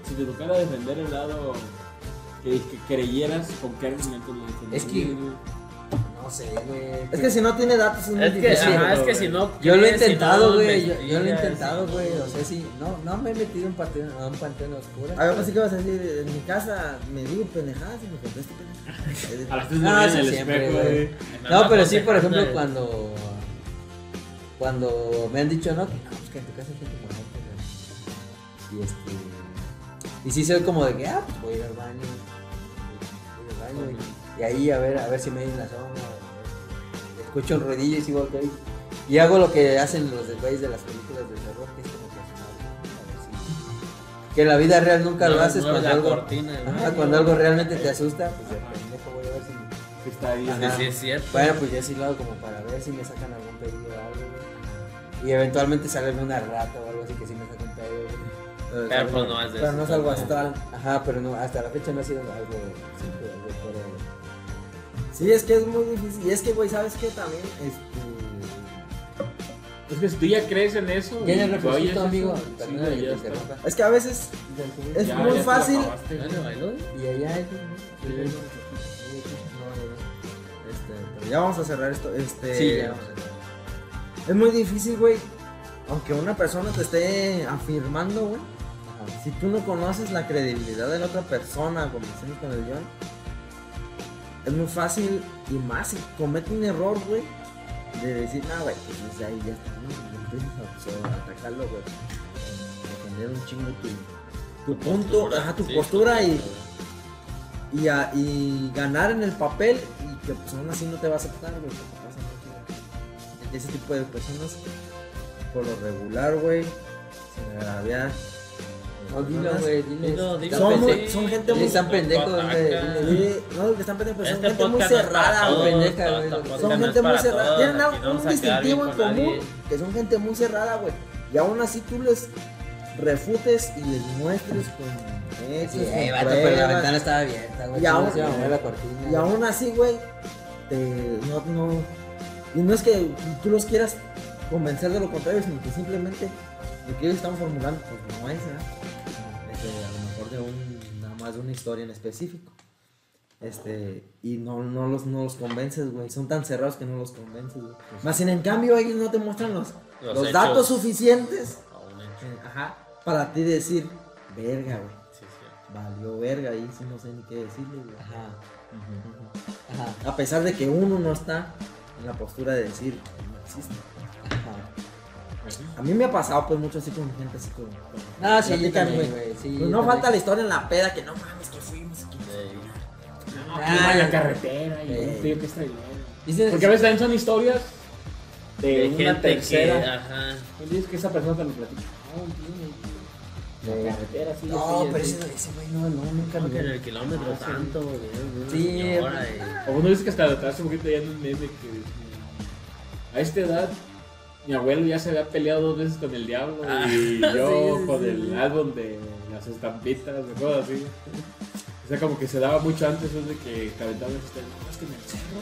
[SPEAKER 2] Si te tocara defender el lado que, que creyeras, ¿con qué argumento lo defenderías?
[SPEAKER 1] Es que-
[SPEAKER 2] güey?
[SPEAKER 1] No sé, güey.
[SPEAKER 4] Es que si no tiene datos, es muy
[SPEAKER 3] Es que,
[SPEAKER 4] difícil.
[SPEAKER 3] ajá, es que
[SPEAKER 2] güey.
[SPEAKER 3] si no...
[SPEAKER 1] Yo lo he
[SPEAKER 3] crees, si no
[SPEAKER 1] intentado, güey. Yo, yo lo
[SPEAKER 3] investigas,
[SPEAKER 1] he
[SPEAKER 3] si
[SPEAKER 1] intentado,
[SPEAKER 3] no-
[SPEAKER 1] güey. O sea, sí. No, no me he metido en panteón, en un panteón oscuro.
[SPEAKER 4] A ver, pues sí que vas a decir. En mi casa me digo pendejadas y me contesto pendejadas.
[SPEAKER 2] A
[SPEAKER 1] [laughs]
[SPEAKER 2] las tres
[SPEAKER 1] No,
[SPEAKER 2] no, en
[SPEAKER 1] eso
[SPEAKER 2] el
[SPEAKER 1] Ah, siempre,
[SPEAKER 2] espejo,
[SPEAKER 1] güey.
[SPEAKER 2] güey.
[SPEAKER 3] Mi mamá
[SPEAKER 1] No, pero sí, por ejemplo,
[SPEAKER 3] aconsejándole.
[SPEAKER 1] cuando. Cuando me han dicho, no, que, no, pues que en tu casa hay gente con arte, güey. Y este. Y sí soy como de que, ah, pues voy a ir al baño. Voy a ir al baño. Y, y ahí a ver, a ver si me hay en la sombra. a ver. Escucho un rodillo y sigo ahí. Y hago lo que hacen los güeyes de las películas de terror, que es como que asomar, a ver si- Que en la vida real nunca lo haces
[SPEAKER 3] Mueve
[SPEAKER 1] cuando
[SPEAKER 3] la
[SPEAKER 1] algo,
[SPEAKER 3] cortina,
[SPEAKER 1] ajá,
[SPEAKER 3] ¿no?
[SPEAKER 1] cuando algo realmente te asusta. Pues de pendejo voy a ver si...
[SPEAKER 2] que está ahí.
[SPEAKER 1] Ajá.
[SPEAKER 3] Sí, sí, es cierto.
[SPEAKER 1] Bueno, pues yo sí lo hago como para ver si me sacan algún pedido o algo, güey. Y eventualmente sale alguna rata o algo así que sí me saca un pedido, güey.
[SPEAKER 3] Pero, pues, no es de
[SPEAKER 1] Pero
[SPEAKER 3] eso,
[SPEAKER 1] no es algo
[SPEAKER 3] pues, no.
[SPEAKER 1] astral. Ajá, pero no, hasta la fecha no ha sido algo simple, algo fuera de-
[SPEAKER 4] Sí, es que es muy difícil. Y es que, güey, ¿sabes qué también? eh, Este...
[SPEAKER 2] Es que si tú ya crees en eso.
[SPEAKER 1] ¿Quién
[SPEAKER 2] y
[SPEAKER 1] es
[SPEAKER 2] tú
[SPEAKER 1] reposito,
[SPEAKER 2] oyes eso,
[SPEAKER 1] amigo?
[SPEAKER 2] sí,
[SPEAKER 1] Perdona
[SPEAKER 2] güey,
[SPEAKER 1] que
[SPEAKER 2] ya
[SPEAKER 1] te
[SPEAKER 2] está.
[SPEAKER 1] interrumpa.
[SPEAKER 4] Es que a veces es
[SPEAKER 2] Ya,
[SPEAKER 4] muy
[SPEAKER 2] ya te la
[SPEAKER 4] fácil.
[SPEAKER 2] acabaste, güey.
[SPEAKER 3] Bueno, bailó.
[SPEAKER 1] Y allá hay...
[SPEAKER 2] Sí.
[SPEAKER 4] Este, pero ya vamos a cerrar esto. Este,
[SPEAKER 1] Sí, ya vamos
[SPEAKER 4] Es muy difícil, güey. Aunque una persona te esté afirmando, güey.
[SPEAKER 1] Ajá.
[SPEAKER 4] Si tú no conoces la credibilidad de la otra persona, como hicimos con el John, es muy fácil y más si comete un error, güey, de decir, nah, güey, pues desde ahí ya está, ¿no? Y empiezas a pues, a atacarlo, güey. a Defender un chingo tu, tu punto, ajá, tu
[SPEAKER 3] Sí.
[SPEAKER 4] postura y, y, a- y ganar en el papel y que pues aún así no te va a aceptar, güey, porque pasa mucho, güey. E-, Ese tipo de personas, por lo regular, güey, sin agraviar.
[SPEAKER 1] No, dilo,
[SPEAKER 4] personas.
[SPEAKER 1] güey, dile.
[SPEAKER 3] Dilo, dilo.
[SPEAKER 1] Son
[SPEAKER 4] Son,
[SPEAKER 1] muy-
[SPEAKER 3] Sí,
[SPEAKER 4] son gente muy,
[SPEAKER 1] están pendejos,
[SPEAKER 3] ataca.
[SPEAKER 1] güey, dile, dile.
[SPEAKER 4] Sí, no, que están pendejos, son
[SPEAKER 3] Este
[SPEAKER 4] gente muy
[SPEAKER 3] podcast no es para
[SPEAKER 4] cerrada,
[SPEAKER 3] todos,
[SPEAKER 4] güey.
[SPEAKER 1] pendeja,
[SPEAKER 3] todo
[SPEAKER 1] güey.
[SPEAKER 3] este podcast
[SPEAKER 4] Son
[SPEAKER 3] no es
[SPEAKER 4] gente muy
[SPEAKER 3] para
[SPEAKER 4] cerrada.
[SPEAKER 3] todos,
[SPEAKER 4] Tienen una-
[SPEAKER 3] aquí no vamos
[SPEAKER 4] un
[SPEAKER 3] a quedar bien
[SPEAKER 4] distintivo en
[SPEAKER 3] con nadie.
[SPEAKER 4] común, que son gente muy cerrada, güey. Y aún así tú les refutes y les muestres con hechos,
[SPEAKER 1] Sí,
[SPEAKER 4] con
[SPEAKER 1] eh, vato, pero la
[SPEAKER 4] pruebas.
[SPEAKER 1] ventana estaba abierta, güey.
[SPEAKER 4] Y
[SPEAKER 1] Sí,
[SPEAKER 4] aún-
[SPEAKER 1] se iba a mover la cortina.
[SPEAKER 4] Y aún así, güey, te- no, no- Y no es que tú los quieras convencer de lo contrario, sino que simplemente lo que ellos están formulando, pues no es, ¿verdad? Este, a lo mejor de un, nada más de una historia en específico. Este, y no, no, los, no los convences, güey. Son tan cerrados que no los convences, güey. Más sin en cambio, ellos no te muestran los,
[SPEAKER 3] Pues Los
[SPEAKER 4] los
[SPEAKER 3] hechos.
[SPEAKER 4] datos suficientes
[SPEAKER 3] Aún hecho.
[SPEAKER 4] eh, ajá, para ti decir, verga, güey.
[SPEAKER 3] Sí, es cierto.
[SPEAKER 4] Valió verga, ahí sí no sé ni qué decirle, güey.
[SPEAKER 1] Ajá, ajá,
[SPEAKER 4] A pesar de que uno no está en la postura de decir, no existe.
[SPEAKER 1] ajá.
[SPEAKER 4] A mí me ha pasado pues mucho así con gente así como...
[SPEAKER 1] No, sí, yo
[SPEAKER 4] platican,
[SPEAKER 1] también,
[SPEAKER 4] güey.
[SPEAKER 1] güey. sí,
[SPEAKER 4] Pues no
[SPEAKER 1] yo
[SPEAKER 4] falta
[SPEAKER 1] también.
[SPEAKER 4] la historia en la peda que no mames que fuimos aquí.
[SPEAKER 2] No, aquí va la carretera y
[SPEAKER 1] Ah. Eh.
[SPEAKER 2] un tío que es trailero.
[SPEAKER 1] Dicen-
[SPEAKER 2] Porque a veces también son historias de,
[SPEAKER 3] De
[SPEAKER 2] una
[SPEAKER 3] gente
[SPEAKER 2] tercera.
[SPEAKER 3] que, ajá.
[SPEAKER 2] Tú dices que esa persona te lo platica. No, entiendo. La carretera, sí,
[SPEAKER 1] No,
[SPEAKER 2] sí,
[SPEAKER 1] pero
[SPEAKER 2] sí.
[SPEAKER 1] ese ese güey no, no, nunca
[SPEAKER 3] Creo
[SPEAKER 1] lo
[SPEAKER 3] que en el kilómetro
[SPEAKER 2] Ah, sí.
[SPEAKER 3] tanto, güey, de una
[SPEAKER 1] Sí,
[SPEAKER 3] señora, eh.
[SPEAKER 2] O uno dice que hasta atrás un poquito ya en un meme que eh, a esta edad mi abuelo ya se había peleado dos veces con el diablo
[SPEAKER 3] Ah,
[SPEAKER 2] y yo
[SPEAKER 3] [laughs] sí, sí,
[SPEAKER 2] con
[SPEAKER 3] sí.
[SPEAKER 2] el álbum de las estampitas, de cosas así. O sea, como que se daba mucho antes eso de que te aventaban esas historias, "No, es que en el cerro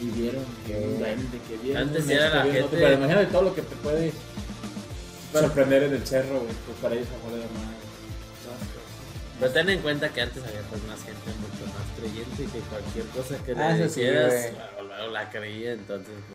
[SPEAKER 2] y vieron que un duende que vieron.
[SPEAKER 3] Antes
[SPEAKER 2] un
[SPEAKER 3] era
[SPEAKER 2] esto,
[SPEAKER 3] la
[SPEAKER 2] vieron otro".
[SPEAKER 3] gente-
[SPEAKER 2] Pero imagínate todo lo que te puede sorprender en el cerro, güey, pues para ellos abuelo de hermano.
[SPEAKER 3] Pero ten en cuenta que antes había pues, más gente mucho más creyente y que cualquier cosa que le
[SPEAKER 1] Ah, eso sí,
[SPEAKER 3] decías,
[SPEAKER 1] güey.
[SPEAKER 3] luego, luego la creía, entonces